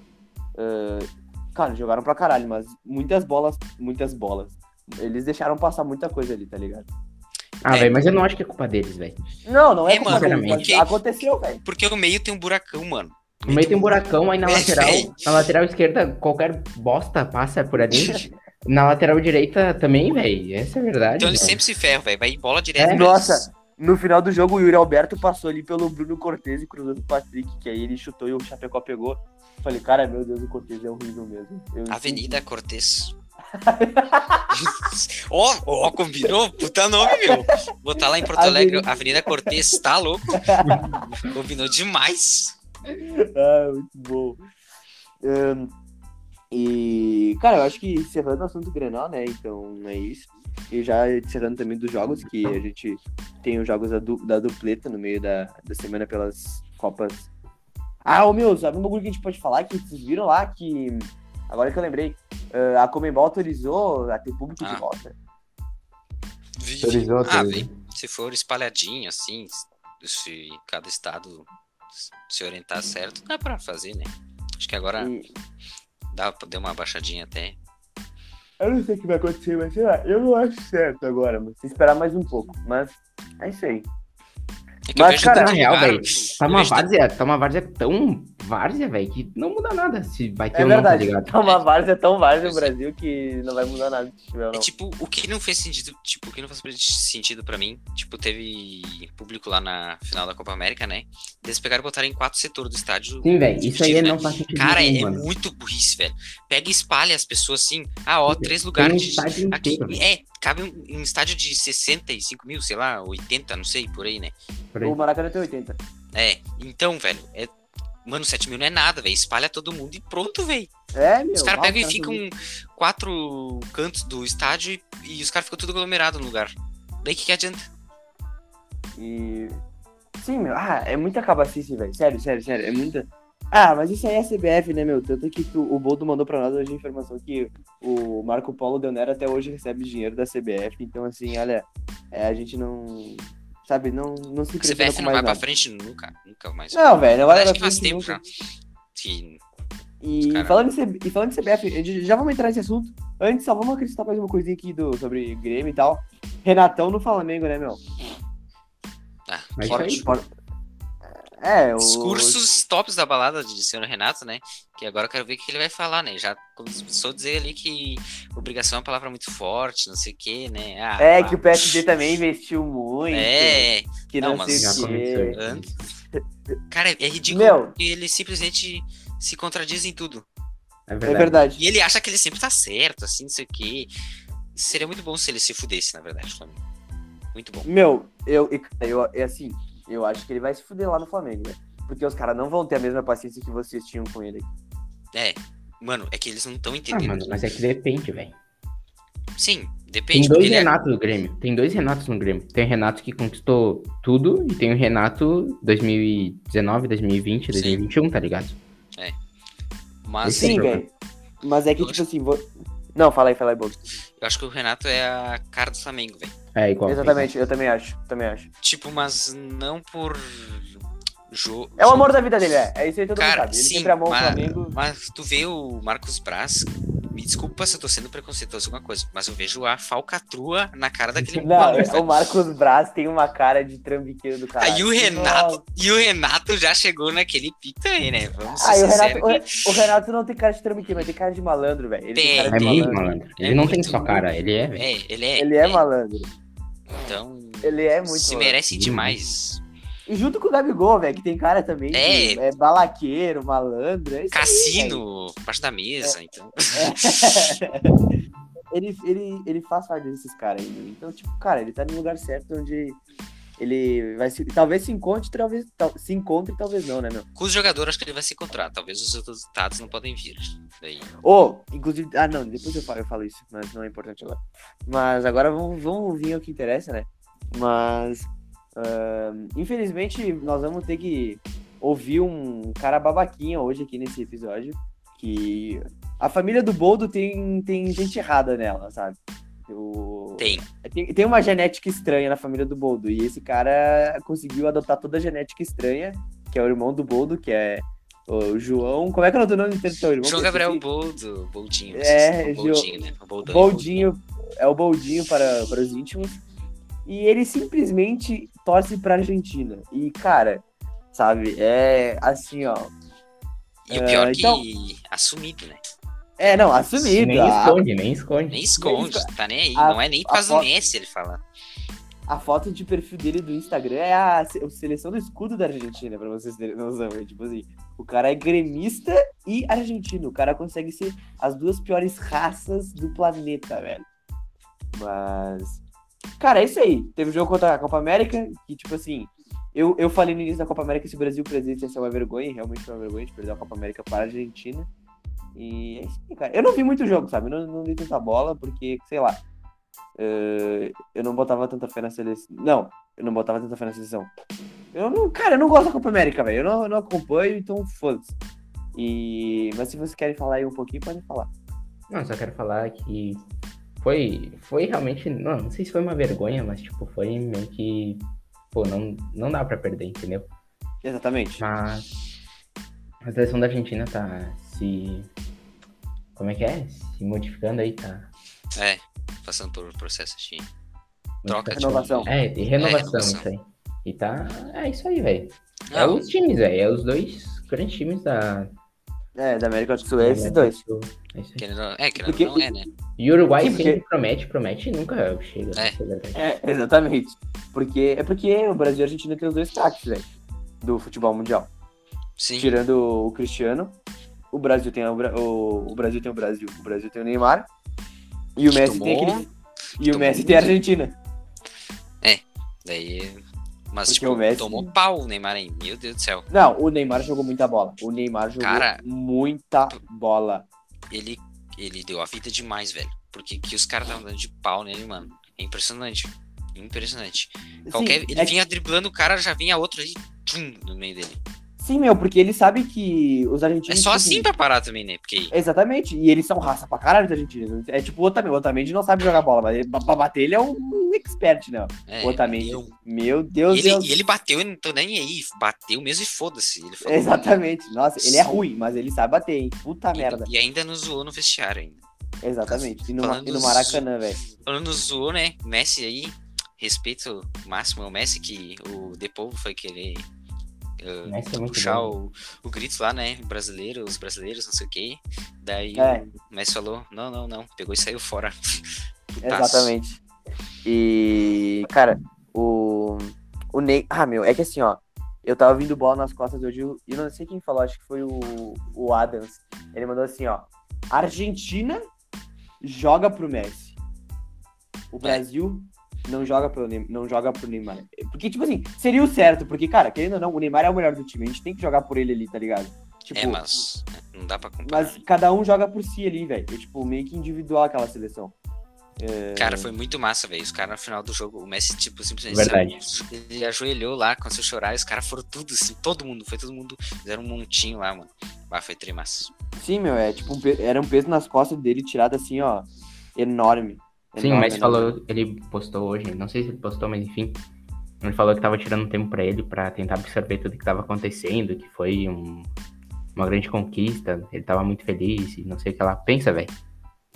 S1: ah, cara, jogaram pra caralho, mas muitas bolas, muitas bolas. Eles deixaram passar muita coisa ali, tá ligado?
S4: Ah,
S2: É.
S4: velho, mas eu não acho que é culpa deles, velho.
S1: Não, não é,
S2: É,
S1: culpa
S4: mano,
S1: deles, mas
S2: porque-
S1: aconteceu, velho.
S2: Porque o meio tem um buracão, mano.
S4: No meio tem um buracão, aí na
S2: É,
S4: lateral,
S2: velho.
S4: na lateral esquerda, qualquer bosta passa por ali. na lateral direita também, velho. Essa é a verdade.
S2: Então eles
S4: velho.
S2: sempre se ferram, velho. Vai em bola
S4: É.
S2: direto. mas-
S1: Nossa. No final do jogo, o Yuri Alberto passou ali pelo Bruno Cortez e cruzou pro Patrick, que aí ele chutou e o Chapecó pegou. Falei, cara, meu Deus, o Cortez é horrível mesmo. Eu-
S2: Avenida Cortez. Ó, ó, combinou? Puta nome, meu. Botar lá em Porto Alegre,
S1: Avenida-
S2: Avenida Cortez, tá louco? combinou demais.
S1: Ah, muito bom. Ahn, e, cara, eu acho que encerrando o assunto do Grenal, né? Então é isso. E já encerrando também dos jogos, que a gente tem os jogos da, du- da dupleta no meio da, da semana pelas Copas. Ah, ô meu, sabe um bagulho que a gente pode falar? Que vocês viram lá que. Agora que eu lembrei, ah, a Comembol autorizou a ter público
S2: Ah.
S1: de volta.
S2: Vi-
S4: Autorizou,
S2: Ah,
S4: autorizou.
S2: vem. Se for espalhadinho, assim, se cada estado se orientar certo, dá pra fazer, né? Acho que
S4: Hum.
S2: agora
S1: E
S2: dá pra dar uma baixadinha até.
S1: eu não sei o que vai acontecer, mas sei lá, eu não acho certo agora, mas tem que esperar mais um pouco. Mas é isso aí.
S2: É
S1: Mas,
S2: vejo
S1: cara,
S2: tanto
S4: na real,
S2: lugar,
S4: velho, Tá
S2: eu
S4: uma
S2: vejo tanto-
S4: várzea, tá uma várzea tão várzea, velho, que não muda nada se vai ter
S1: É
S4: ou não, tá
S1: verdade.
S4: ligado?
S1: Tá uma várzea tão várzea no
S2: Pois é.
S1: Brasil que não vai mudar nada se tiver ou
S2: É
S1: não.
S2: tipo, o que não fez sentido, tipo, o que não faz sentido pra mim, tipo, teve público lá na final da Copa América, né? Eles pegaram e botaram em quatro setores do estádio.
S4: Sim, velho, isso aí
S2: dividido,
S4: não
S2: né?
S4: faz sentido
S2: Cara, é,
S4: nenhum,
S2: é
S4: mano.
S2: muito burrice, velho. Pega e espalha as pessoas assim. Ah, ó, três
S4: Tem um
S2: lugares de.
S4: estádio
S2: Aqui,
S4: inteiro, velho,
S2: é, cabe um, um estádio de 65 mil, sei lá, 80, não sei, por aí, né?
S4: por
S1: O
S4: aí.
S1: Maracanã tem 80.
S2: É, então, velho, é. Mano, 7 mil não é nada, velho. Espalha todo mundo e pronto, velho.
S1: É, meu.
S2: Os caras
S1: nossa,
S2: pegam e
S1: cara,
S2: ficam quatro cantos do estádio e, e os caras ficam tudo aglomerado no lugar. Daí que, que adianta? um-
S1: E... Sim, meu. Ah, é muita cabacice, velho. Sério, sério, sério. É muita. Ah, mas isso aí é CBF, né, meu? Tanto que tu- o Boldo mandou pra nós hoje a informação que o Marco Paulo Deonero até hoje recebe dinheiro da CBF. Então, assim, olha, é, a gente não. Sabe, não, não se
S2: A
S1: impressiona
S2: CBF
S1: com
S2: não
S1: mais
S2: vai pra
S1: nada.
S2: frente nunca, nunca mais.
S1: Não, velho, não vai
S2: Acho
S1: pra
S2: que faz
S1: frente
S2: tempo
S1: nunca.
S2: já. Que
S1: E
S2: Caralho.
S1: falando, em CB, e falando em CBF, a gente- já vamos entrar nesse assunto. Antes, só vamos acrescentar mais uma coisinha aqui do, sobre Grêmio e tal. Renatão no Flamengo, né, meu?
S2: ah,
S4: Mas
S2: forte.
S4: isso
S1: Fora- É, o.
S2: Discursos tops da balada de senhor Renato, né? Que agora eu quero ver o que ele vai falar, né? Já começou a dizer ali que obrigação é uma palavra muito forte, não sei o quê, né? Ah,
S1: É,
S2: ah,
S1: que o PSD também investiu muito.
S2: É,
S1: que
S2: não,
S1: não,
S2: mas-
S4: Já
S1: sei o
S4: começou
S1: quê. É
S4: aí.
S2: cara, é ridículo
S1: Meu.
S2: porque ele simplesmente se contradiz em tudo.
S4: É
S1: É
S4: verdade.
S1: verdade.
S2: E ele acha que ele sempre tá certo, assim, não sei o quê. Seria muito bom se ele se fudesse, na verdade, Flamengo. Muito bom.
S1: Meu, eu, e, cara, eu, é assim, eu acho que ele vai se fuder lá no Flamengo, né? Porque os caras não vão ter a mesma paciência que vocês tinham com ele.
S2: É, mano, é que eles não estão
S4: Ah,
S2: entendendo.
S4: mano, mas é que depende, velho.
S2: Sim,
S4: Tem
S2: depende.
S4: dois
S2: porque ele é-
S4: Renatos no Grêmio. Tem dois Renatos no Grêmio. Tem o Renato que conquistou tudo e tem o Renato 2019, 2020, 2021, tá ligado?
S2: Mas
S4: Sim,
S1: Sim,
S4: jogo.
S1: velho. Mas é que,
S2: Eu
S1: tipo assim. vo- Não, fala aí, fala aí, Bob.
S2: eu acho que o Renato é a cara do Flamengo, velho.
S4: É igual.
S1: Exatamente, eu também acho. Também acho.
S2: Tipo, mas não por jogo.
S1: É o amor da vida dele, é. É isso aí todo mundo
S2: Cara,
S1: sabe. Ele
S2: sim,
S1: sempre amou
S2: mas-
S1: o Flamengo.
S2: Mas tu vê o Marcos Braz. Me desculpa se eu tô sendo preconceituoso em alguma coisa, mas eu vejo a falcatrua na cara daquele
S1: Não, é.
S2: maluco, velho.
S1: o Marcos Braz tem uma cara de trambiqueiro do cara.
S2: Aí Ah, o Renato, e o Renato já chegou naquele pico aí, né? Vamos ser
S1: Aí Ah, o
S2: sinceros.
S1: Renato, é- o, o Renato não tem cara de trambiqueiro, mas tem cara de malandro, velho. Ele
S2: Tem.
S1: tem cara
S4: É
S1: de
S4: muito
S1: malandro.
S4: malandro.
S2: É
S4: Ele não tem
S2: muito
S4: só cara, ele é, velho.
S2: É, ele é.
S1: Ele é malandro.
S2: Então,
S1: Ele é muito
S2: se
S1: malandro.
S2: merecem demais.
S1: E junto com o Gabigol, velho, que tem cara também.
S2: É.
S1: que É balaqueiro, malandro. é isso aí,
S2: Cassino, parte da mesa,
S1: É.
S2: então.
S1: ele, ele, ele faz parte desses caras ainda. Então, tipo, cara, ele tá no lugar certo onde ele vai se. Talvez se encontre, talvez. tal- se encontre, talvez não, né, meu?
S2: Com os jogadores, acho que ele vai se encontrar. Talvez os resultados não podem vir. Daí,
S1: Ô, inclusive. Ah, não, depois eu falo, eu falo isso, mas não é importante agora. Mas agora vamos, vamos vir ao que interessa, né? Mas. ahn, infelizmente, nós vamos ter que ouvir um cara babaquinha hoje aqui nesse episódio. Que a família do Boldo tem, tem gente errada nela, sabe? O...
S2: tem.
S1: Tem, tem uma genética estranha na família do Boldo. E esse cara conseguiu adotar toda a genética estranha, que é o irmão do Boldo, que é o João. Como é que é o nome do teu irmão?
S2: João
S1: Eu
S2: Gabriel
S1: esqueci.
S2: Boldo, Boldinho.
S1: É,
S2: o Boldinho, né? O Boldão,
S1: Boldinho. É o Boldinho para, para os íntimos. E ele simplesmente torce pra Argentina. E, cara, sabe? É assim, ó.
S2: E o pior
S1: É,
S2: que
S1: então-
S2: assumido, né?
S1: É, não, assumido.
S4: Nem
S1: A-
S4: esconde, nem esconde.
S2: Nem esconde, tá nem aí.
S1: a-
S2: não é nem por
S1: a
S2: causa
S1: foto-
S2: do Messi ele fala.
S1: A foto de perfil dele do Instagram é a, se- a seleção do escudo da Argentina, pra vocês terem noção. É tipo assim, o cara é gremista e argentino. O cara consegue ser as duas piores raças do planeta, velho. Mas. Cara, é isso aí. Teve jogo contra a Copa América, que tipo assim. Eu, eu falei no início da Copa América se o Brasil presente ia ser uma vergonha, e realmente foi uma vergonha de perder a Copa América para a Argentina. E é isso aí, cara. Eu não vi muito jogo, sabe? Eu não, não dei tanta bola, porque, sei lá. eh, eu não botava tanta fé na seleção. Não, eu não botava tanta fé na seleção. Eu não, cara, eu não gosto da Copa América, velho. Eu não, eu não acompanho, então foda-se. E... Mas se vocês querem falar aí um pouquinho, podem falar.
S4: Não, só quero falar que foi, foi realmente, não, não sei se foi uma vergonha, mas tipo, foi meio que, pô, não, não dá pra perder, entendeu?
S1: Exatamente.
S4: Mas a seleção da Argentina tá se, como é que é? Se modificando aí, tá?
S2: É, passando por um processo de troca de.
S1: Renovação.
S4: É, e renovação,
S2: É, renovação.
S4: isso aí. E tá, é isso aí, velho. É
S2: Não,
S4: os times, velho, é os dois grandes times da...
S1: É, da América do Sul, é esses dois.
S4: É isso aí.
S2: querendo, é, querendo
S1: Porque-
S2: não é, né?
S4: E o Uruguai
S1: Sim, porque-
S4: sempre promete, promete e nunca chega.
S2: É.
S4: Chega, velho.
S1: É, exatamente. Porque, é porque o Brasil e a Argentina tem os dois craques, velho, do futebol mundial.
S2: Sim.
S1: Tirando o Cristiano, o Brasil tem o, Bra- o, o Brasil tem o Brasil, o Brasil tem o Neymar. E o
S2: Que
S1: Messi tem
S2: tomou.
S1: aquele. E o
S2: Tomou.
S1: Messi tem a Argentina.
S2: Daí. Mas,
S1: Porque
S2: tipo,
S1: o Messi-
S2: tomou pau o Neymar aí. Meu Deus do céu.
S1: Não, o Neymar jogou muita bola. O Neymar jogou
S2: Cara.
S1: muita bola.
S2: Ele, ele deu a vida demais, velho. Porque que os caras estavam dando de pau nele, mano. É impressionante. Impressionante. Qualquer,
S1: Sim,
S2: ele
S1: é que-
S2: vinha driblando o cara, já vinha outro ali, tchum, no meio dele.
S1: sim, meu, porque ele sabe que os
S2: É
S1: argentinos.
S2: só
S1: tipo
S2: assim pra parar também, né? Porque
S1: Exatamente, e eles são raça pra caralho os argentinos. É tipo o Otamendi, o Otamendi não sabe jogar bola, mas ele, pra pra bater ele é um expert, né?
S2: é,
S1: o Otamendi,
S2: eu-
S1: meu Deus,
S2: ele,
S1: do céu.
S2: e ele bateu, eu não tô nem aí. Bateu mesmo e foda-se. Ele falou,
S1: Exatamente, nossa, ele é ruim, mas ele sabe bater, hein? Puta
S2: E-
S1: merda.
S2: E ainda nos zoou no vestiário ainda.
S1: Exatamente, e no,
S2: Falando
S1: e no Maracanã, velho.
S2: Falando nos zoou, né? Messi aí, respeito máximo ao Messi, que o De Povo foi querer ah,
S4: Messi é muito
S2: puxar
S4: bom.
S2: o, o grito lá, né? Brasileiro, os brasileiros, não sei o quê. Daí
S1: É.
S2: o Messi falou, não, não, não. Pegou e saiu fora. Putaço.
S1: Exatamente. E, cara, o. O Ney. Ah, meu, é que assim, ó. Eu tava vindo bola nas costas hoje e não sei quem falou, acho que foi o, o Adams. Ele mandou assim, ó. Argentina joga pro Messi.
S2: É.
S1: O Brasil não joga pro, Ney- não joga pro Neymar. Porque, tipo assim, seria o certo, porque, cara, querendo ou não, o Neymar é o melhor do time. A gente tem que jogar por ele ali, tá ligado? Tipo,
S2: É, mas não dá pra comparar.
S1: mas cada um joga por si ali, velho. É, tipo, meio que individual aquela seleção.
S4: É.
S2: Cara, foi muito massa, velho. Os caras no final do jogo, o Messi, tipo, simplesmente
S4: Verdade.
S2: saiu, ele ajoelhou lá, começou a chorar, e os caras foram tudo, assim, todo mundo, foi todo mundo, fizeram um montinho lá, mano. Ah, foi tremassa.
S1: Sim, meu, é tipo, um pe- era um peso nas costas dele tirado assim, ó, enorme.
S4: Sim, o
S1: Enorme,
S2: né?
S4: Messi
S1: enorme.
S4: falou, ele postou hoje, não sei se ele postou, mas enfim. Ele falou que tava tirando tempo pra ele pra tentar absorver tudo que tava acontecendo, que foi um- uma grande conquista, ele tava muito feliz e não sei o que ela pensa, velho.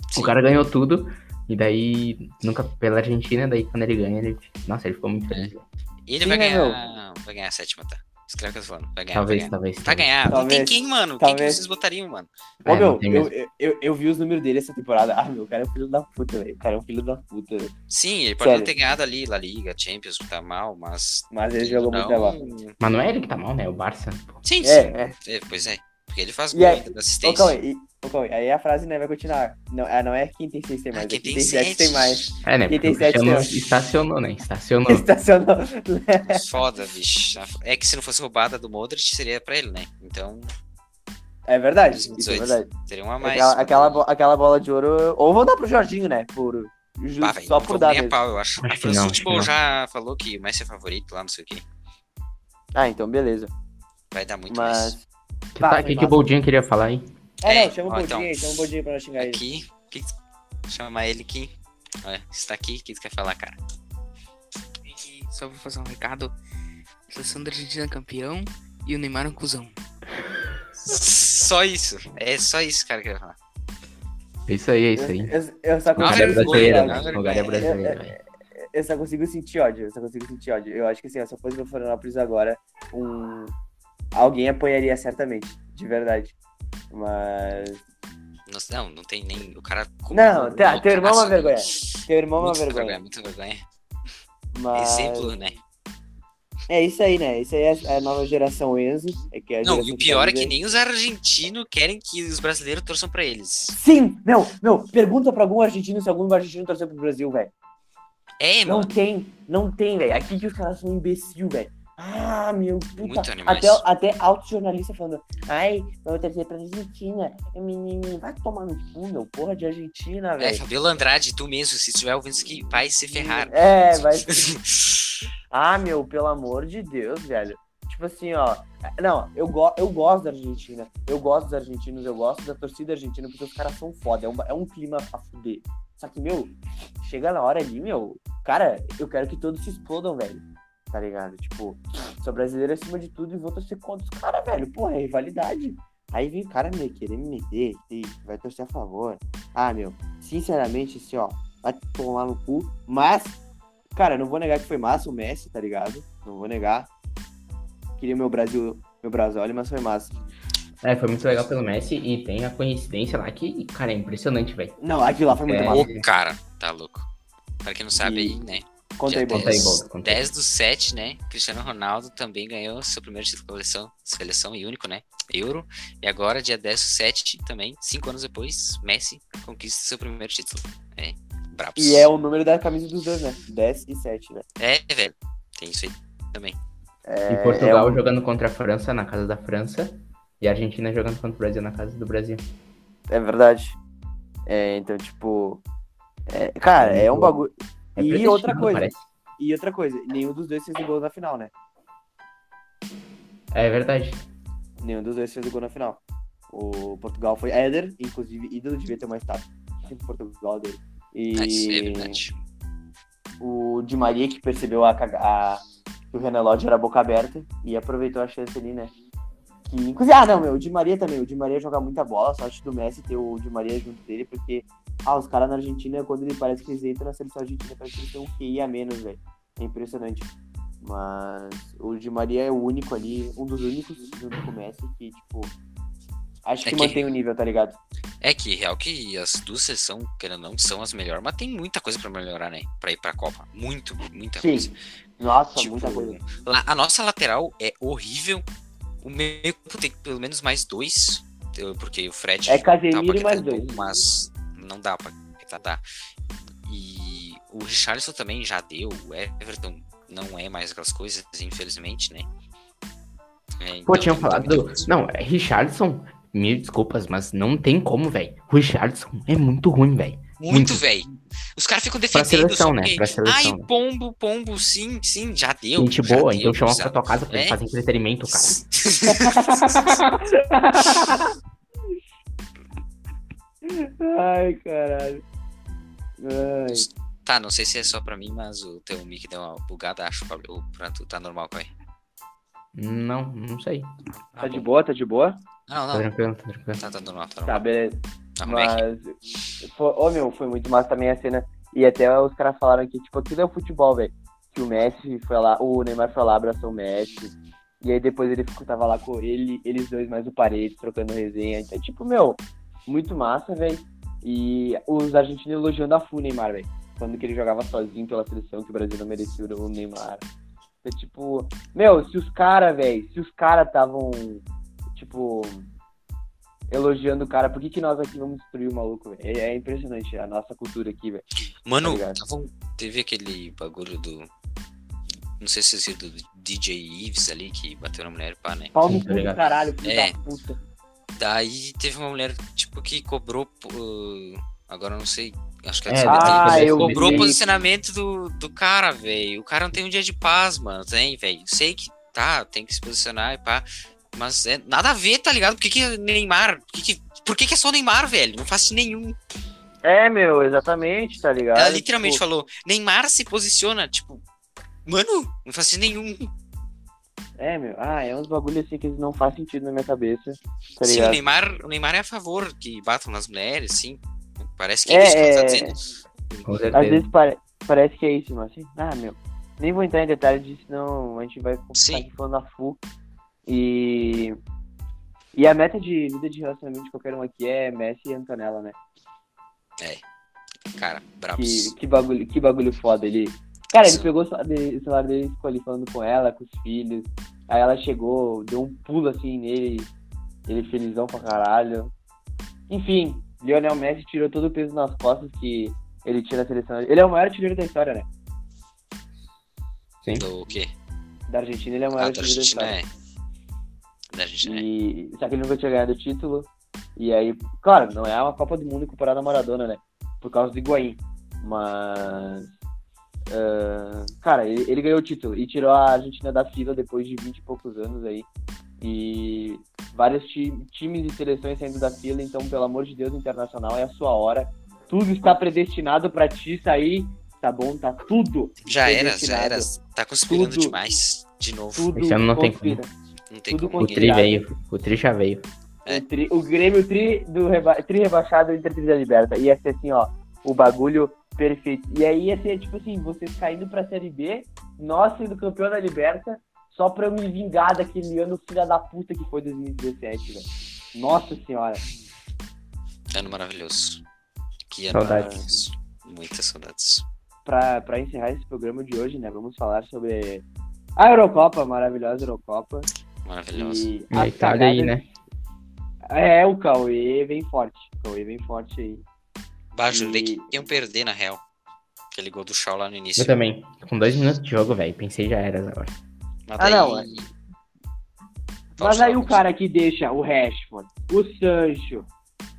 S4: O
S2: Sim.
S4: cara ganhou tudo e daí nunca pela
S2: É,
S4: Argentina, daí quando ele ganha, ele, nossa, ele ficou muito feliz. velho.
S2: E ele
S1: Sim,
S2: vai
S1: né,
S2: ganhar. Vai ganhar a sétima, tá? Escreve o que eu tô falando. Vai ganhar.
S4: Talvez,
S2: vai ganhar.
S4: talvez.
S2: Tá
S4: talvez.
S2: ganhar. Não tem
S1: Talvez.
S2: quem, mano. Quem que
S1: Talvez.
S2: vocês botariam, mano?
S1: Ô,
S4: É, não
S1: meu,
S4: tem
S1: eu,
S4: mesmo.
S1: eu, eu, eu vi os números dele essa temporada. Ah, meu, o cara é um filho da puta, velho. O cara é um filho da puta. velho.
S2: Sim, ele pode
S1: Sério.
S2: não ter ganhado ali La Liga, Champions, que tá mal, mas.
S1: Mas ele jogou muito
S2: Não-
S1: lá.
S4: Mas não é ele que tá mal, né? O Barça. pô.
S2: Sim, sim.
S1: É, é.
S2: É, pois é. Porque ele faz
S1: E
S2: gol
S1: aí-
S2: ainda da
S1: Ô,
S2: assistência.
S1: Cauê, e- ô, Cauê, aí a frase né, vai continuar. Não, ah, não é quem tem seis tem mais,
S2: Ah,
S1: é quem tem sete tem mais.
S4: É, né? Porque o
S1: 87
S4: Cristiano
S1: anos.
S4: estacionou, né? Estacionou.
S1: Estacionou.
S2: Foda, bicho. É que se não fosse roubada do Modric, seria pra ele, né? Então,
S1: É verdade, isso é
S2: 18.
S1: verdade.
S2: seria uma a mais.
S1: aquela, aquela, bo- aquela bola de ouro. Ou vão dar pro Jorginho, né? Por, ju-
S2: Bah, velho,
S1: só
S2: não
S1: por
S2: vão
S1: dar.
S2: nem a
S1: mesmo.
S2: pau, eu acho.
S4: Acho
S2: A
S4: que
S2: França
S4: não,
S2: do
S4: acho que
S2: Futebol
S4: não.
S2: já falou que o Messi é favorito lá, não sei o quê.
S1: Ah, então beleza.
S2: Vai dar muito mais.
S1: Mas.
S4: Que,
S1: Pá,
S4: tá, que, que o Boldinho queria falar, hein?
S1: É,
S2: É,
S1: não, chama o
S2: ó,
S1: Bodinho
S2: então.
S1: aí, chama o Bodinho pra nós xingar ele.
S2: Aqui, que que- chama ele aqui. Olha, está aqui, o que tu quer falar, cara?
S3: E só vou fazer um recado. Seleção da Argentina campeão e o Neymar é um cuzão.
S2: Só isso. É só isso, cara, que eu ia falar.
S4: É isso aí, é isso aí.
S1: Eu, eu- eu só
S4: O cara é
S1: consigo.
S2: vergonha,
S4: brasileiro,
S2: não é
S4: né? O
S2: vergonha.
S4: cara é brasileiro, velho.
S1: eu só consigo sentir ódio, eu só consigo sentir ódio. Eu acho que assim, ó, se eu fosse pra Florianópolis agora, um... alguém apanharia certamente, de verdade. Mas.
S2: Nossa, não, não tem nem. O cara. um
S1: Não, tá, teu irmão é uma
S2: Nossa,
S1: vergonha. Teu irmão é uma
S2: Muita
S1: vergonha.
S2: Muita né? vergonha.
S1: Mas...
S2: Exemplo, né?
S1: É isso aí, né? Isso aí é a nova geração Enzo. É que é a
S2: Não, e
S1: geração
S2: o pior é que
S1: Enzo.
S2: nem os argentinos querem que os brasileiros torçam pra eles.
S1: Sim! Não, não, pergunta pra algum argentino se algum argentino torceu pro Brasil, velho.
S2: É,
S1: Não
S2: mano.
S1: tem, não tem, velho. Aqui que os caras são um imbecil, velho. Ah, meu puta.
S2: Muito animais.
S1: até Ah, até auto-jornalista falando, ai, eu vou trazer pra Argentina. Menino, vai tomar no cu, meu. Porra de Argentina,
S2: É,
S1: velho.
S2: Fabiola Andrade, tu mesmo, se tiver ouvindo isso aqui, vai se ferrar.
S1: É, vai. Ah, meu, pelo amor de Deus, velho. Tipo assim, ó. Não, eu, go eu gosto da Argentina. Eu gosto dos argentinos, eu gosto da torcida argentina, porque os caras são foda. É um, é um clima pra fuder. Só que, meu, chega na hora ali, meu. Cara, eu quero que todos se explodam, velho. Tá ligado? Tipo, sou brasileiro acima de tudo e vou torcer contra os caras, velho. Porra, é rivalidade. Aí vem o cara me querer me meter, e vai torcer a favor. Ah, meu, sinceramente, assim, ó, vai tomar no cu. Mas, cara, eu não vou negar que foi massa o Messi, tá ligado? Não vou negar. Queria meu Brasil, meu Brasólio, mas foi massa.
S4: É, foi muito legal pelo Messi e tem a coincidência lá que, cara, é impressionante, velho.
S1: Não, aquilo lá foi muito
S4: É.
S1: massa.
S2: Ô, cara, tá louco. Pra quem não sabe
S1: E-
S2: aí, né?
S1: Conta
S2: dia
S1: aí, Bob.
S4: Conta aí,
S2: 10,
S4: Bob, conta aí.
S2: 10 do 7, né? Cristiano Ronaldo também ganhou seu primeiro título de seleção, seleção e único, né? Euro. E agora, dia 10 do 7, também, 5 anos depois, Messi conquista seu primeiro título. É, brabos.
S1: E é o número da camisa dos dois, né? 10 e 7, né?
S2: É, velho. Tem isso aí também.
S1: É,
S4: E Portugal
S1: é um-
S4: jogando contra a França na casa da França. E a Argentina jogando contra o Brasil na casa do Brasil.
S1: é verdade. É, então, tipo. é, cara, é um bagulho.
S4: É
S1: E
S4: predestinado,
S1: outra coisa.
S4: parece.
S1: E outra coisa, nenhum dos dois fez o gol na final, né?
S4: É verdade.
S1: Nenhum dos dois fez o gol na final. O Portugal foi Éder, inclusive ídolo devia ter uma estátua em Portugal dele. E
S2: É, isso é verdade.
S1: o Di Maria que percebeu a, caga- a- que o Renan Lodge era boca aberta e aproveitou a chance ali, né? Que, inclusive, ah, não, meu, o Di Maria também. O Di Maria joga muita bola, sorte do Messi ter o Di Maria junto dele, porque ah, os caras na Argentina, quando ele parece que eles entram na seleção argentina, parece que eles têm um QI a menos, velho. É impressionante. Mas o Di Maria é o único ali, um dos únicos junto com o Messi que, tipo, acho
S2: É
S1: que
S2: que-
S1: mantém o nível, tá ligado?
S2: É que real que as duas seleções, querendo ou não, são as melhores, mas tem muita coisa pra melhorar, né? Pra ir pra Copa. Muito, muita
S1: Sim.
S2: coisa.
S1: Nossa,
S2: Tá, Tipo,
S1: muita coisa.
S2: lá- a nossa lateral é horrível. O meio campo tem pelo menos mais dois, eu- porque o Fred
S1: É
S2: tá, o
S1: Casemiro e
S2: Paquetá
S1: mais
S2: é
S1: dois.
S2: bom, mas não dá pra tá. E o Richarlison também já deu, o Everton não é mais aquelas coisas, infelizmente, né? É,
S4: Pô,
S2: então
S4: tinham
S2: tem muita
S4: falado. do-
S2: coisa.
S4: Não, é Richardson. Mil desculpas, mas não tem como, velho. Richardson é muito ruim, velho.
S2: Muito,
S4: Muito.
S2: velho. Os caras ficam
S4: Pra
S2: defendendo.
S4: seleção,
S2: só
S4: né?
S2: porque-
S4: Pra
S2: Ai,
S4: seleção. né?
S2: pombo, pombo, sim, sim, já deu.
S4: Gente
S2: já
S4: boa,
S2: deu,
S4: então chama pra
S2: sabe?
S4: tua casa pra
S2: É.
S4: gente fazer entretenimento, cara.
S1: Ai, caralho. Ai.
S2: Tá, não sei se é só pra mim, mas o teu mic deu uma bugada, acho. Pablo. O pranto tá normal, pai.
S4: Não, não sei.
S2: Ah,
S1: Tá de
S2: bom.
S1: boa, tá de boa?
S2: Não,
S4: Tá
S2: não.
S4: tranquilo, tá tranquilo.
S2: Tá, tá normal, tá
S1: Tá,
S2: normal.
S1: beleza.
S2: Arrumei aqui.
S1: Mas, foi, ô, meu, foi muito massa também a cena. E até os caras falaram que, tipo, aquilo é o futebol, velho. Que o Messi foi lá, o Neymar foi lá, abraçou o Messi. E aí depois ele ficou- tava lá com ele, eles dois mais o parede, trocando resenha. Então, tipo, meu, muito massa, velho. E os argentinos elogiando a FU Neymar, velho. Quando que ele jogava sozinho pela seleção, que o Brasil não merecia o Neymar. Então, tipo, meu, se os caras, velho, se os caras estavam, tipo, elogiando o cara, por que, que nós aqui vamos destruir o maluco, velho? É, é impressionante a nossa cultura aqui, velho.
S2: Mano,
S1: Tá ligado.
S2: tavam- teve aquele bagulho do. Não sei se vocês viram do DJ Ives ali que bateu na mulher, pá, né?
S1: Palme
S4: Tá
S1: do
S4: ligado.
S1: caralho, filho
S2: É.
S1: da puta.
S2: Daí teve uma mulher, tipo, que cobrou. uh, agora eu não sei. Acho que é,
S4: É,
S2: do
S4: deve ter
S2: SBT.
S1: Ah,
S4: fazer
S1: eu
S4: sobre
S2: Cobrou o
S1: vi.
S2: posicionamento do, do cara, velho. O cara não tem um dia de paz, mano. Tem, velho. Sei que tá, tem que se posicionar e pá. Mas é nada a ver, tá ligado? Por que, que Neymar? Por, que, que, por que, que é só Neymar, velho? Não faz nenhum.
S1: É, meu, exatamente, tá ligado?
S2: Ela É, literalmente
S1: Tipo,
S2: falou: Neymar se posiciona. Tipo, mano, não faz nenhum.
S1: Tá É, meu, ah, é uns bagulho assim que eles não faz sentido na minha cabeça, tá
S2: sim, o
S1: ligado?
S2: Neymar, o Neymar é a favor que batam nas mulheres, sim. Parece que é,
S1: É,
S2: isso que ela tá
S1: é.
S2: dizendo.
S4: Com
S1: Às
S4: certeza.
S1: vezes pare- parece que é isso, mas assim, ah, meu, nem vou entrar em detalhes disso, não, a gente vai
S2: Sim.
S1: ficar aqui falando a full. E... E a meta de vida de relacionamento de qualquer um aqui é Messi e Antonella, né?
S2: Cara, brabos.
S1: Que, que, bagulho, que bagulho foda ele. Cara, ele
S2: Sim.
S1: pegou o celular dele o celular dele e ficou ali falando com ela, com os filhos. Aí ela chegou, deu um pulo assim nele, ele felizão pra caralho. Enfim, Lionel Messi tirou todo o peso nas costas que ele tira a seleção. Ele é o maior artilheiro da história, né?
S4: Sim.
S2: Do quê?
S1: Da Argentina, ele é o maior
S2: Ah, da
S1: artilheiro da
S2: Argentina
S1: história.
S2: é. Da Argentina é.
S1: E só que ele nunca tinha ganhado o título. E aí, claro, não é uma Copa do Mundo comparada à Maradona, né? Por causa do Higuaín. Mas. ah, cara, ele, ele ganhou o título e tirou a Argentina da fila depois de 20 e poucos anos aí. E vários ti- times e seleções saindo da fila, então, pelo amor de Deus, internacional, é a sua hora. Tudo está predestinado pra ti sair, tá bom? Tá tudo.
S2: Já era, já
S1: predestinado.
S2: era. Tá conspirando
S1: Tudo.
S2: demais. De novo.
S1: Tudo
S4: Esse ano não tem
S1: conspira.
S2: Não tem
S1: tudo
S2: como
S4: O
S2: ninguém.
S4: Tri veio. O Tri já veio.
S2: É.
S1: O, tri- o Grêmio tri, do reba- tri rebaixado entre Tri da Liberta. Ia ser assim, ó, o bagulho perfeito. E aí ia ser tipo assim, vocês caindo pra Série B, nós sendo campeão da Liberta, só pra eu me vingar daquele ano filha da puta que foi 2017, velho. Nossa senhora.
S2: Ano maravilhoso. Que ano
S4: Saudades.
S2: maravilhoso. Muitas saudades.
S1: Pra, pra encerrar esse programa de hoje, né, vamos falar sobre a Eurocopa, a maravilhosa Eurocopa.
S2: Maravilhoso.
S1: E
S4: A
S1: as
S4: Itália aí,
S1: cagadas-
S4: né?
S1: É, o Cauê vem forte. O Cauê vem forte aí.
S2: Bah, jurei que
S1: e-
S2: iam perder, na real. Aquele gol do Shaw lá no início.
S4: Eu também. Com dois minutos de jogo, velho. Pensei já era agora.
S2: Mas
S1: Ah, não, é. Mas
S2: Fala,
S1: aí o
S2: Shaw.
S1: cara que deixa o Rashford, o Sancho,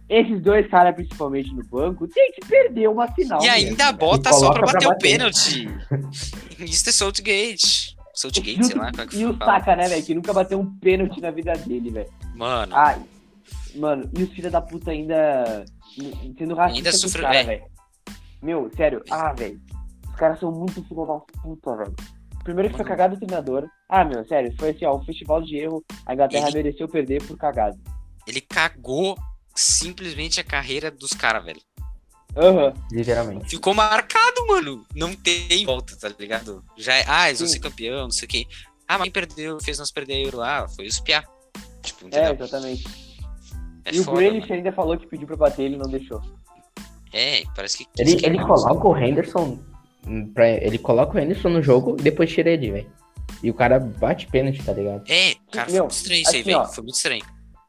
S1: esses dois caras principalmente no banco, tem que perder uma final.
S2: E
S1: né?
S2: ainda bota
S4: E
S2: só
S4: coloca
S2: pra
S4: pra
S2: bater o
S4: bater. né?
S2: pênalti. Isso é Saltgate. Saltgate, sei lá. Como é que
S1: E o
S2: fala.
S1: Saka, né, velho, que nunca bateu um pênalti na vida dele, velho.
S2: Mano,
S1: Ai, mano, e os filhos da puta ainda sendo
S2: Ainda
S1: racista com os
S2: sofre- é.
S1: caras, velho. Meu, sério, ah, velho, os caras são muito filhos da puta, velho. Primeiro que foi
S2: Mano.
S1: cagado o treinador. Ah, meu, sério, foi assim, ó, um festival de erro. A Inglaterra
S2: Ele-
S1: mereceu perder por cagado.
S2: ele cagou simplesmente a carreira dos caras, velho.
S1: Aham.
S4: Literalmente.
S2: Ficou marcado, mano. Não tem volta, tá ligado? Já é, ah, eles vão ser campeão, não sei o quê. Ah, mas quem perdeu, fez nós perder a Euro lá, foi os piá. Tipo,
S1: É,
S2: entendeu?
S1: exatamente.
S2: É,
S1: e o
S2: foda,
S1: Grealish
S2: mano.
S1: ainda falou que pediu pra bater, ele não deixou.
S2: É, parece que...
S4: Ele, ele
S2: que-
S4: coloca o Henderson. hum, Pra, ele coloca o Henderson no jogo e depois tira ele, velho. E o cara bate pênalti, tá ligado?
S2: É, cara, foi
S1: Meu,
S2: muito estranho isso aí,
S1: assim,
S2: velho.
S1: ó.
S2: Foi muito estranho.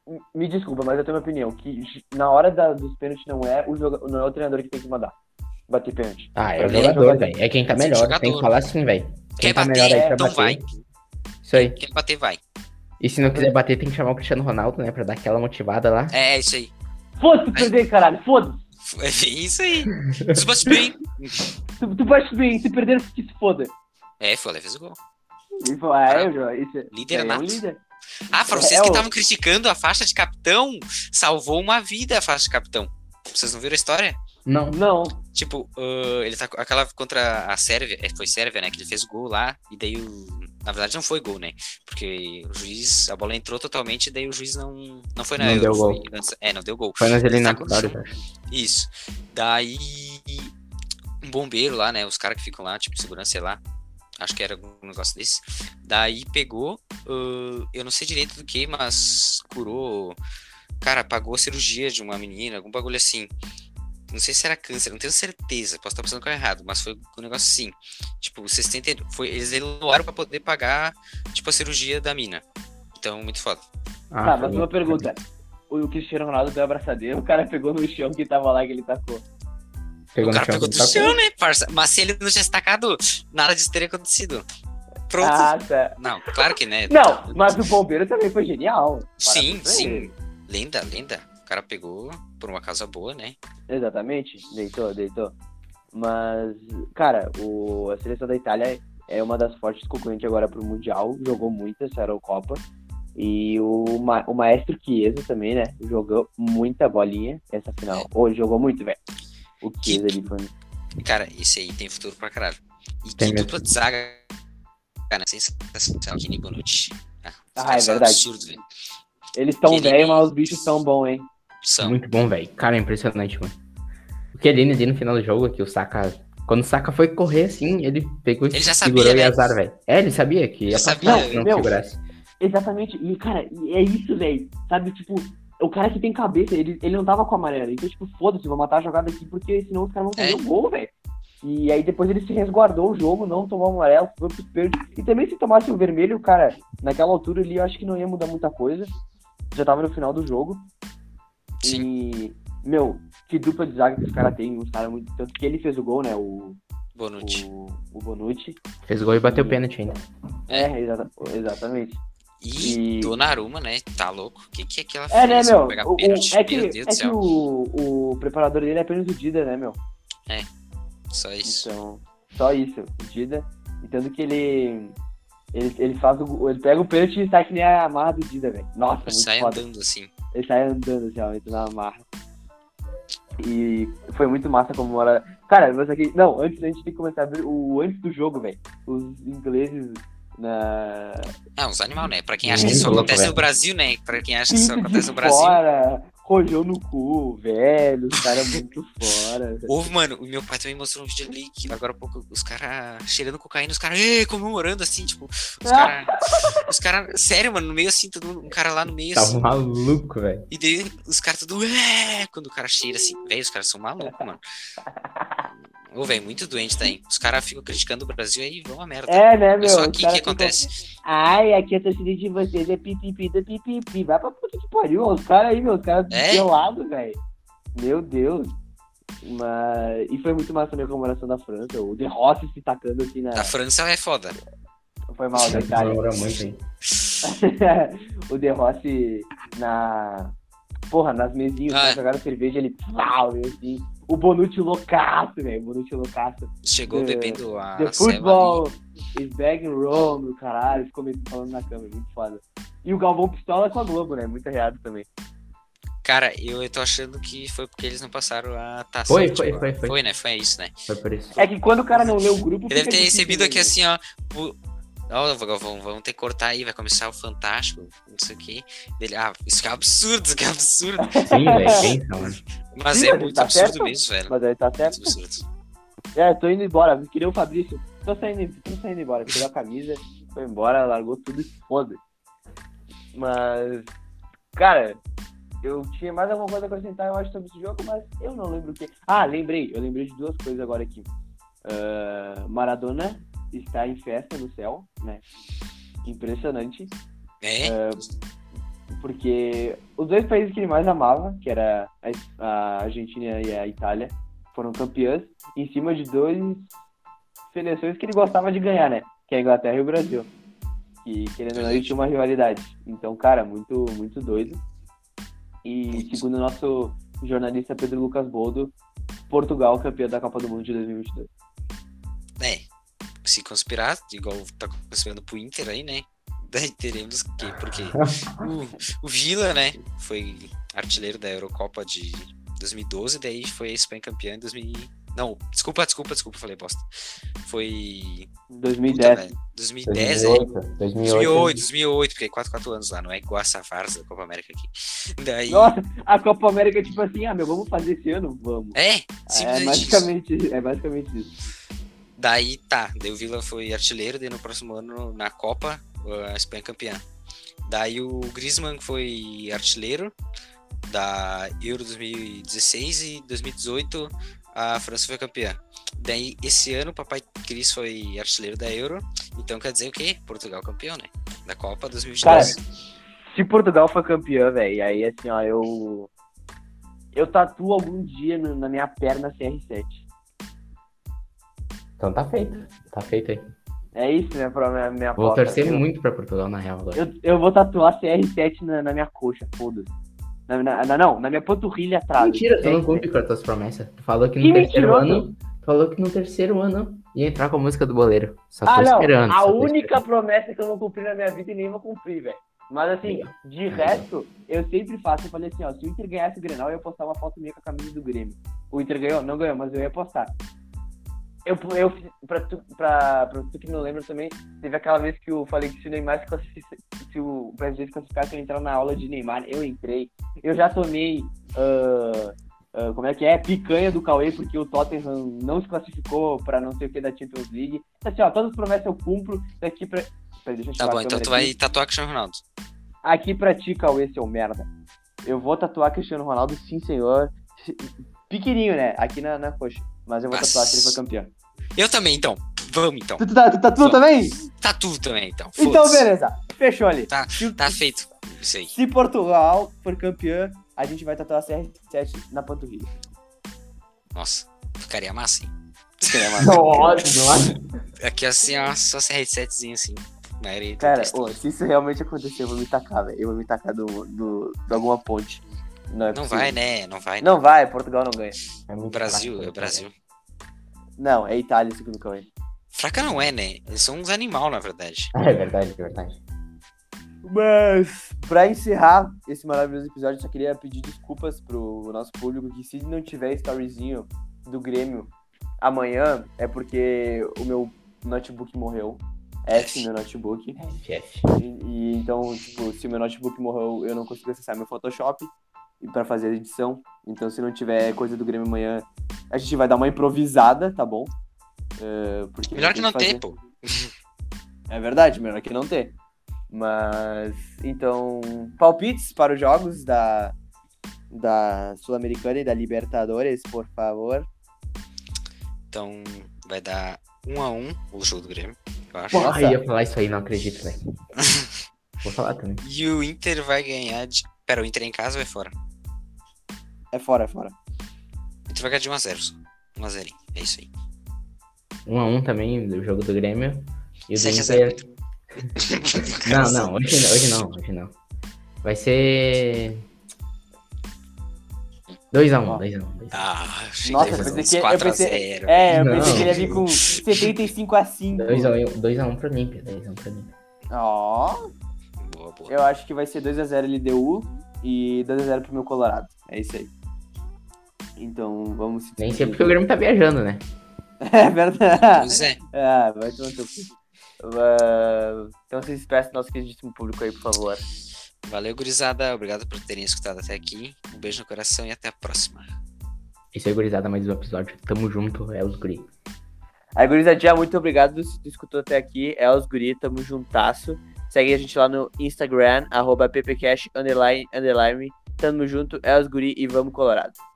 S1: M- Me desculpa, mas eu tenho uma opinião. Que j- na hora da- dos pênaltis não é, o joga- não é o treinador que tem que mandar. Bater pênalti.
S4: Ah, é
S1: Pra
S4: o
S1: mim é
S4: jogador,
S1: jogador.
S4: velho. É quem tá
S2: Sim,
S4: melhor. Tem
S2: jogador.
S4: que falar assim, velho.
S2: Quer
S4: Quem tá
S2: bater?
S4: melhor aí pra
S2: então
S4: bater.
S2: vai. Uhum.
S4: Isso aí.
S2: Quer bater, vai.
S4: E se não quiser bater, tem que chamar o Cristiano Ronaldo, né? Pra dar aquela motivada lá.
S2: É, isso aí.
S1: Foda-se perder, caralho, foda-se.
S2: É isso aí. Os bate bem.
S1: Tu, tu bate bem, se perder, que se foda.
S2: É, foi lá, fez o gol.
S1: Ele falou, ah, é, jo- isso é,
S2: Líder
S1: é um
S2: nato.
S1: líder.
S2: Ah, pra vocês
S1: É,
S2: que
S1: o-
S2: estavam criticando a faixa de capitão, salvou uma vida a faixa de capitão. Vocês não viram a história?
S4: Não.
S1: Não,
S2: Tipo, ah, ele tá com- aquela contra a Sérvia, é, foi Sérvia, né? Que ele fez o gol lá, e daí o. Na verdade, não foi gol, né? Porque o juiz, a bola entrou totalmente, e daí o juiz não, não foi na
S4: Não
S2: Euro,
S4: deu
S2: foi
S4: gol.
S2: antes- É, não deu gol.
S4: Foi nas
S2: Ele tá
S4: eliminatórias,
S2: com-
S4: eu acho.
S2: Isso. Daí. Um bombeiro lá, né? Os caras que ficam lá, tipo, segurança, sei lá. acho que era um negócio desse. Daí pegou, ah, eu não sei direito do que, mas curou, cara, pagou a cirurgia de uma menina, algum bagulho assim. Não sei se era câncer, não tenho certeza, posso estar pensando que é errado, mas foi um negócio assim. Tipo, vocês tentem, foi, eles doaram pra poder pagar, tipo, a cirurgia da mina. Então, muito foda.
S4: Ah,
S1: tá,
S4: foi
S1: mas uma
S4: bem-
S1: pergunta. O Cristiano Ronaldo deu abraçadeira, o cara pegou no chão que tava lá que ele tacou.
S4: Pegou
S2: o
S4: no
S2: cara
S4: chão.
S2: pegou do
S4: tá-
S2: chão, né, parça? Mas se ele não tivesse tacado, nada disso teria acontecido. Pronto.
S1: Ah, tá.
S2: Não, claro que né.
S1: Não, mas o bombeiro também foi genial.
S2: Sim,
S1: Parabéns pra ele.
S2: sim. Lenda, lenda. O cara pegou por uma casa boa, né?
S1: Exatamente, deitou, deitou. Mas, cara, o, a seleção da Itália é uma das fortes concorrentes agora pro Mundial, jogou muito essa Eurocopa. E o, ma o maestro Chiesa também, né? Jogou muita bolinha essa final. Ou jogou muito, velho. O Chiesa ali foi.
S2: Cara, esse aí tem futuro pra caralho. E
S4: Tem
S2: que
S4: mesmo.
S2: dupla de zaga. Cara, sensacional. Kini Bonucci.
S1: Ah,
S2: Os caras
S1: é
S2: são
S1: verdade.
S2: absurdos, um velho.
S1: Eles tão
S2: Chiellini.
S1: velhos, mas os bichos tão bons, hein?
S2: São.
S4: Muito bom, velho. Cara, é impressionante, mano. O Kelini ali no final do jogo, que o Saka. Quando o Saka foi correr assim, ele pegou e
S2: Ele já
S4: segurou
S2: sabia,
S4: e
S2: né?
S4: azar, velho. É, ele sabia que ia
S2: Já
S4: passar
S2: sabia,
S4: se não
S1: meu.
S4: segurasse.
S1: Exatamente. E, cara, e é isso, velho. Sabe, tipo, o cara que tem cabeça, ele, ele não tava com a amarela. Então, tipo, foda-se, vou matar a jogada aqui, porque senão os caras vão fazer
S2: É.
S1: o gol, velho. E aí depois ele se resguardou o jogo, não tomou o amarelo, foi pro pênalti. E também se tomasse o vermelho, cara, naquela altura ali, eu acho que não ia mudar muita coisa. Já tava no final do jogo.
S2: Sim.
S1: E, meu, que dupla de zaga que os caras têm, uns caras muito. Tanto que ele fez o gol, né? O,
S2: Bonucci.
S1: o, o Bonucci.
S4: Fez gol e bateu o pênalti ainda.
S1: É, exata- exatamente.
S2: E,
S1: e-
S2: Donnaruma, né? Tá louco. O que, que é aquela
S1: É, né,
S2: fez pra
S1: meu?
S2: pegar
S1: O, o-
S2: pênalti?
S1: é que,
S2: Meu Deus
S1: é
S2: do
S1: que
S2: céu.
S1: o, o preparador dele é apenas o Dida, né, meu?
S2: Só isso.
S1: Então, só isso, o Dida. E tanto que ele. Ele, ele faz o, ele pega o pênalti e sai que nem a amarra do Dida, velho. Nossa, muito
S2: Sai
S1: foda.
S2: andando assim.
S1: Ele sai andando assim, ó, entra na amarra. E foi muito massa como mora. Cara, mas aqui. Não, antes a gente tem que começar a ver o antes do jogo, velho. Os ingleses na.
S2: Ah, uns animal, né? Pra quem acha que
S4: Muito
S2: isso
S4: louco,
S2: acontece
S4: velho.
S2: no Brasil, né? Pra quem acha que isso
S1: Pinto
S2: acontece
S1: de
S2: no Brasil.
S1: fora, rojão no cu, velho. Os caras muito fora, velho.
S2: Ô, mano, o meu pai também mostrou um vídeo ali que agora há pouco os caras cheirando cocaína, os caras "Ê", comemorando assim, tipo, os caras. os caras. Sério, mano, no meio assim, todo mundo, um cara lá no meio
S4: Tava
S2: assim.
S4: Tá maluco, velho.
S2: E daí os caras tudo. "Ê", quando o cara cheira assim. Velho, os caras são malucos, mano. Ô, velho, muito doente tá aí. Os caras ficam criticando o Brasil aí, vão a merda.
S1: É, né, meu?
S2: É
S1: Os
S2: só
S1: assim,
S2: aqui
S1: caras
S2: que
S1: ficam-
S2: acontece.
S1: Ai, aqui a torcida de vocês é pipipi da pipipi. Vai pra puta que pariu. ó, Os caras aí, meu. Os caras
S2: É?
S1: pelados, velho. Meu Deus. Mas... E foi muito massa a minha comemoração da França. O De Rossi se tacando assim na...
S2: A França é foda.
S1: Foi
S2: É
S1: mal, da Itália.
S4: Comemorou muito, hein?
S1: o De Rossi na... Porra, nas mesinhas,
S2: Ah,
S1: ah,
S2: é.
S1: jogaram cerveja, ele... Pau, e assim. O Bonucci loucaço, velho. Bonucci loucaço.
S2: Chegou
S1: É,
S2: bebendo a
S1: The
S2: ceva ali.
S1: football is back in Rome, caralho. Ficou meio falando na câmera, muito foda. E o Galvão Pistola com a Globo, né? Muito arreado também.
S2: Cara, eu, eu tô achando que foi porque eles não passaram a taça.
S4: Foi,
S2: né,
S4: foi, foi, foi.
S2: Foi, né? Foi isso, né?
S4: Foi por isso.
S1: É que quando o cara não lê o grupo.
S2: Ele deve
S1: fica
S2: ter
S1: difícil,
S2: recebido
S1: né,
S2: aqui
S1: meu?
S2: assim, ó. o- Ó, Galvão, vamos ter que cortar aí, vai começar o Fantástico, não sei o quê. Dele, ah, isso que é absurdo, isso que é absurdo.
S4: Sim, velho. Pensa, mano.
S2: Mas
S1: Sim,
S2: é
S1: mas
S2: muito
S1: tá
S2: absurdo
S1: certo.
S2: mesmo, velho.
S1: Mas aí tá certo.
S2: Muito absurdo.
S1: É, tô indo embora. Queria o Fabrício. Tô saindo, tô saindo embora. Tirou a camisa, foi embora, largou tudo e foda. Mas, cara, eu tinha mais alguma coisa a acrescentar, eu acho, sobre esse jogo, mas eu não lembro o que. Ah, lembrei. Eu lembrei de duas coisas agora aqui. Ah, Maradona está em festa no céu, né? Impressionante
S2: É,
S1: porque os dois países que ele mais amava, que era a Es- a Argentina e a Itália, foram campeãs em cima de dois seleções que ele gostava de ganhar, né? Que é a Inglaterra e o Brasil. E querendo ou não, ele tinha uma rivalidade. Então, cara, muito, muito doido. E
S2: Muito.
S1: segundo o nosso jornalista Pedro Lucas Boldo, Portugal campeã da Copa do Mundo de 2022.
S2: é. Se conspirar, igual tá conspirando pro Inter aí, né? Daí teremos que, porque o, o Vila, né, foi artilheiro da Eurocopa de 2012, daí foi a Espanha campeã em 2000. Não, desculpa, desculpa, desculpa, falei bosta. Foi
S1: 2010.
S2: Puta, velho. 2010, é.
S4: 2008.
S2: 2008,
S4: 2008.
S2: 2008, porque 4, 4 anos lá, não é igual essa farsa da Copa América aqui. Daí.
S1: Nossa, a Copa América, é tipo assim, ah, meu, vamos fazer esse ano? Vamos.
S2: É,
S1: É
S2: simplesmente. isso.
S1: basicamente, é basicamente isso.
S2: Daí tá, daí o Vila foi artilheiro, daí no próximo ano na Copa a Espanha é campeã. Daí o Griezmann foi artilheiro da Euro 2016 e 2018 a França foi campeã. Daí esse ano o papai Cris foi artilheiro da Euro, então quer dizer o quê? Portugal campeão, né? Da Copa 2022.
S1: Cara, se Portugal for campeã, velho, aí assim, ó, eu. Eu tatuo algum dia no- na minha perna CR7.
S4: Então tá feito. Tá feito aí.
S1: É isso, né? Pra minha, minha
S4: Vou
S1: aposta.
S4: torcer
S1: eu,
S4: muito pra Portugal, na real, agora.
S1: eu, eu vou tatuar CR7 na, na minha coxa, foda-se. Na, na- na- não, na minha panturrilha atrás.
S4: Mentira, tu não
S1: CR7.
S4: cumpre com as tuas promessas. Tu falou que no
S1: Que
S4: terceiro
S1: mentiroso.
S4: ano. Tu falou que no terceiro ano ia entrar com a música do boleiro. Só tô
S1: Ah, não.
S4: esperando.
S1: a
S4: só tô
S1: única promessa que eu não cumpri na minha vida e nem vou cumprir, velho. Mas assim, de resto, eu sempre faço. Eu falei assim, ó, se o Inter ganhasse o Grenal, eu ia postar uma foto minha com a camisa do Grêmio. O Inter ganhou? Não ganhou, mas eu ia postar. Eu, eu fiz- pra, tu, pra, pra tu que não lembra também, teve aquela vez que eu falei que se o Neymar se classificasse, se o PSG se classificasse, eu ia entrar na aula de Neymar. Eu entrei. Eu já tomei. ah, ah, como é que é? Picanha do Cauê, porque o Tottenham não se classificou pra não sei o que da Champions League. Assim, ó, todas as promessas eu cumpro. Daqui pra. Peraí, deixa eu
S2: Tá
S1: tirar a
S2: bom, então
S1: câmera
S2: tu
S1: aqui.
S2: vai tatuar Cristiano Ronaldo.
S1: Aqui pra ti, Cauê, seu merda. Eu vou tatuar Cristiano Ronaldo, sim, senhor. Pequenininho, né? Aqui na, na coxa. Mas eu vou tatuar se ele for campeão.
S2: Eu também, então. Vamos, então.
S1: Tu, tu, tá- tu tatua
S2: Só.
S1: também?
S2: Tatu também, então.
S1: Então,
S2: Foda-se.
S1: beleza. Fechou ali.
S2: Tá,
S1: se,
S2: Tá feito. Isso aí.
S1: se Portugal for campeã, a gente vai tatuar CR7 na panturrilha.
S2: Nossa, ficaria massa, hein?
S4: Nossa,
S2: Aqui assim, ó, só CR7zinho assim. Maioria do
S1: Cara,
S2: texto.
S1: ô, se isso realmente acontecer, eu vou me tacar, velho. Eu vou me tacar do, do, de alguma ponte. Não, é
S2: Não
S1: possível.
S2: vai, né? Não vai.
S1: Não vai, Portugal não ganha.
S4: é muito
S2: Brasil,
S4: fácil,
S2: é Brasil.
S1: Não, é Itália, segundo o Cauê.
S2: Fraca não é, né? Eles são uns animal, na verdade.
S4: É verdade, é verdade.
S1: Mas, pra encerrar esse maravilhoso episódio, eu só queria pedir desculpas pro nosso público que se não tiver storyzinho do Grêmio amanhã, é porque o meu notebook morreu. Esse meu notebook.
S4: É, FF.
S1: E, e então, tipo, se o meu notebook morreu, eu não consigo acessar meu Photoshop e para fazer a edição. Então, se não tiver coisa do Grêmio amanhã, a gente vai dar uma improvisada, tá bom? Eh, porque
S2: Melhor
S1: tem
S2: que não
S1: fazer.
S2: ter, pô.
S1: É verdade, melhor que não ter. Mas, então, palpites para os jogos da, da Sul-Americana e da Libertadores, por favor.
S2: Então vai dar 1 um a 1 um, o jogo do Grêmio, eu acho.
S1: Porra.
S4: Ai, eu ia falar isso aí, não acredito, velho. Vou falar também.
S2: E o Inter vai ganhar de. Pera, o Inter é em casa ou é fora?
S1: É fora, é fora.
S2: O Inter vai ganhar de 1 a 0 só. 1 a 0 É isso aí.
S4: 1 a 1 também, do jogo do Grêmio. E o do
S2: 7 a
S4: Inter. Não,
S2: 0
S4: não, hoje, não- hoje não, hoje não. Vai ser. 2x1, 2x1, 2x1.
S2: Ah, achei
S1: Nossa,
S2: que
S1: eu
S2: ia fazer
S1: pensei
S2: uns
S1: que... Eu
S2: 4 a
S1: pensei,
S2: 0
S1: é, eu
S4: Não.
S1: pensei que ele ia vir com 75 a 5.
S4: 2x1 pro Olímpia, 2x1 pro Olímpia.
S1: Ó...
S2: Boa, boa.
S1: Eu acho que vai ser 2x0 LDU e 2x0 pro meu Colorado. É isso aí. Então vamos se
S4: Nem sei porque o Grêmio tá viajando, né?
S1: É verdade.
S2: Pois é.
S1: Ah, vai tomar teu cu. Ah, Então se despeça do nosso queridíssimo público aí, por favor.
S2: Valeu, gurizada. Obrigado por terem escutado até aqui. Um beijo no coração e até a próxima.
S4: Isso aí, gurizada, mais um episódio. Tamo junto, é os guri.
S1: Aí, gurizadinha, muito obrigado se tu escutou até aqui. É os guri, tamo juntasso. Segue a gente lá no Instagram, arroba ppcash, underline, underline. Tamo junto, é os guri e vamos colorado.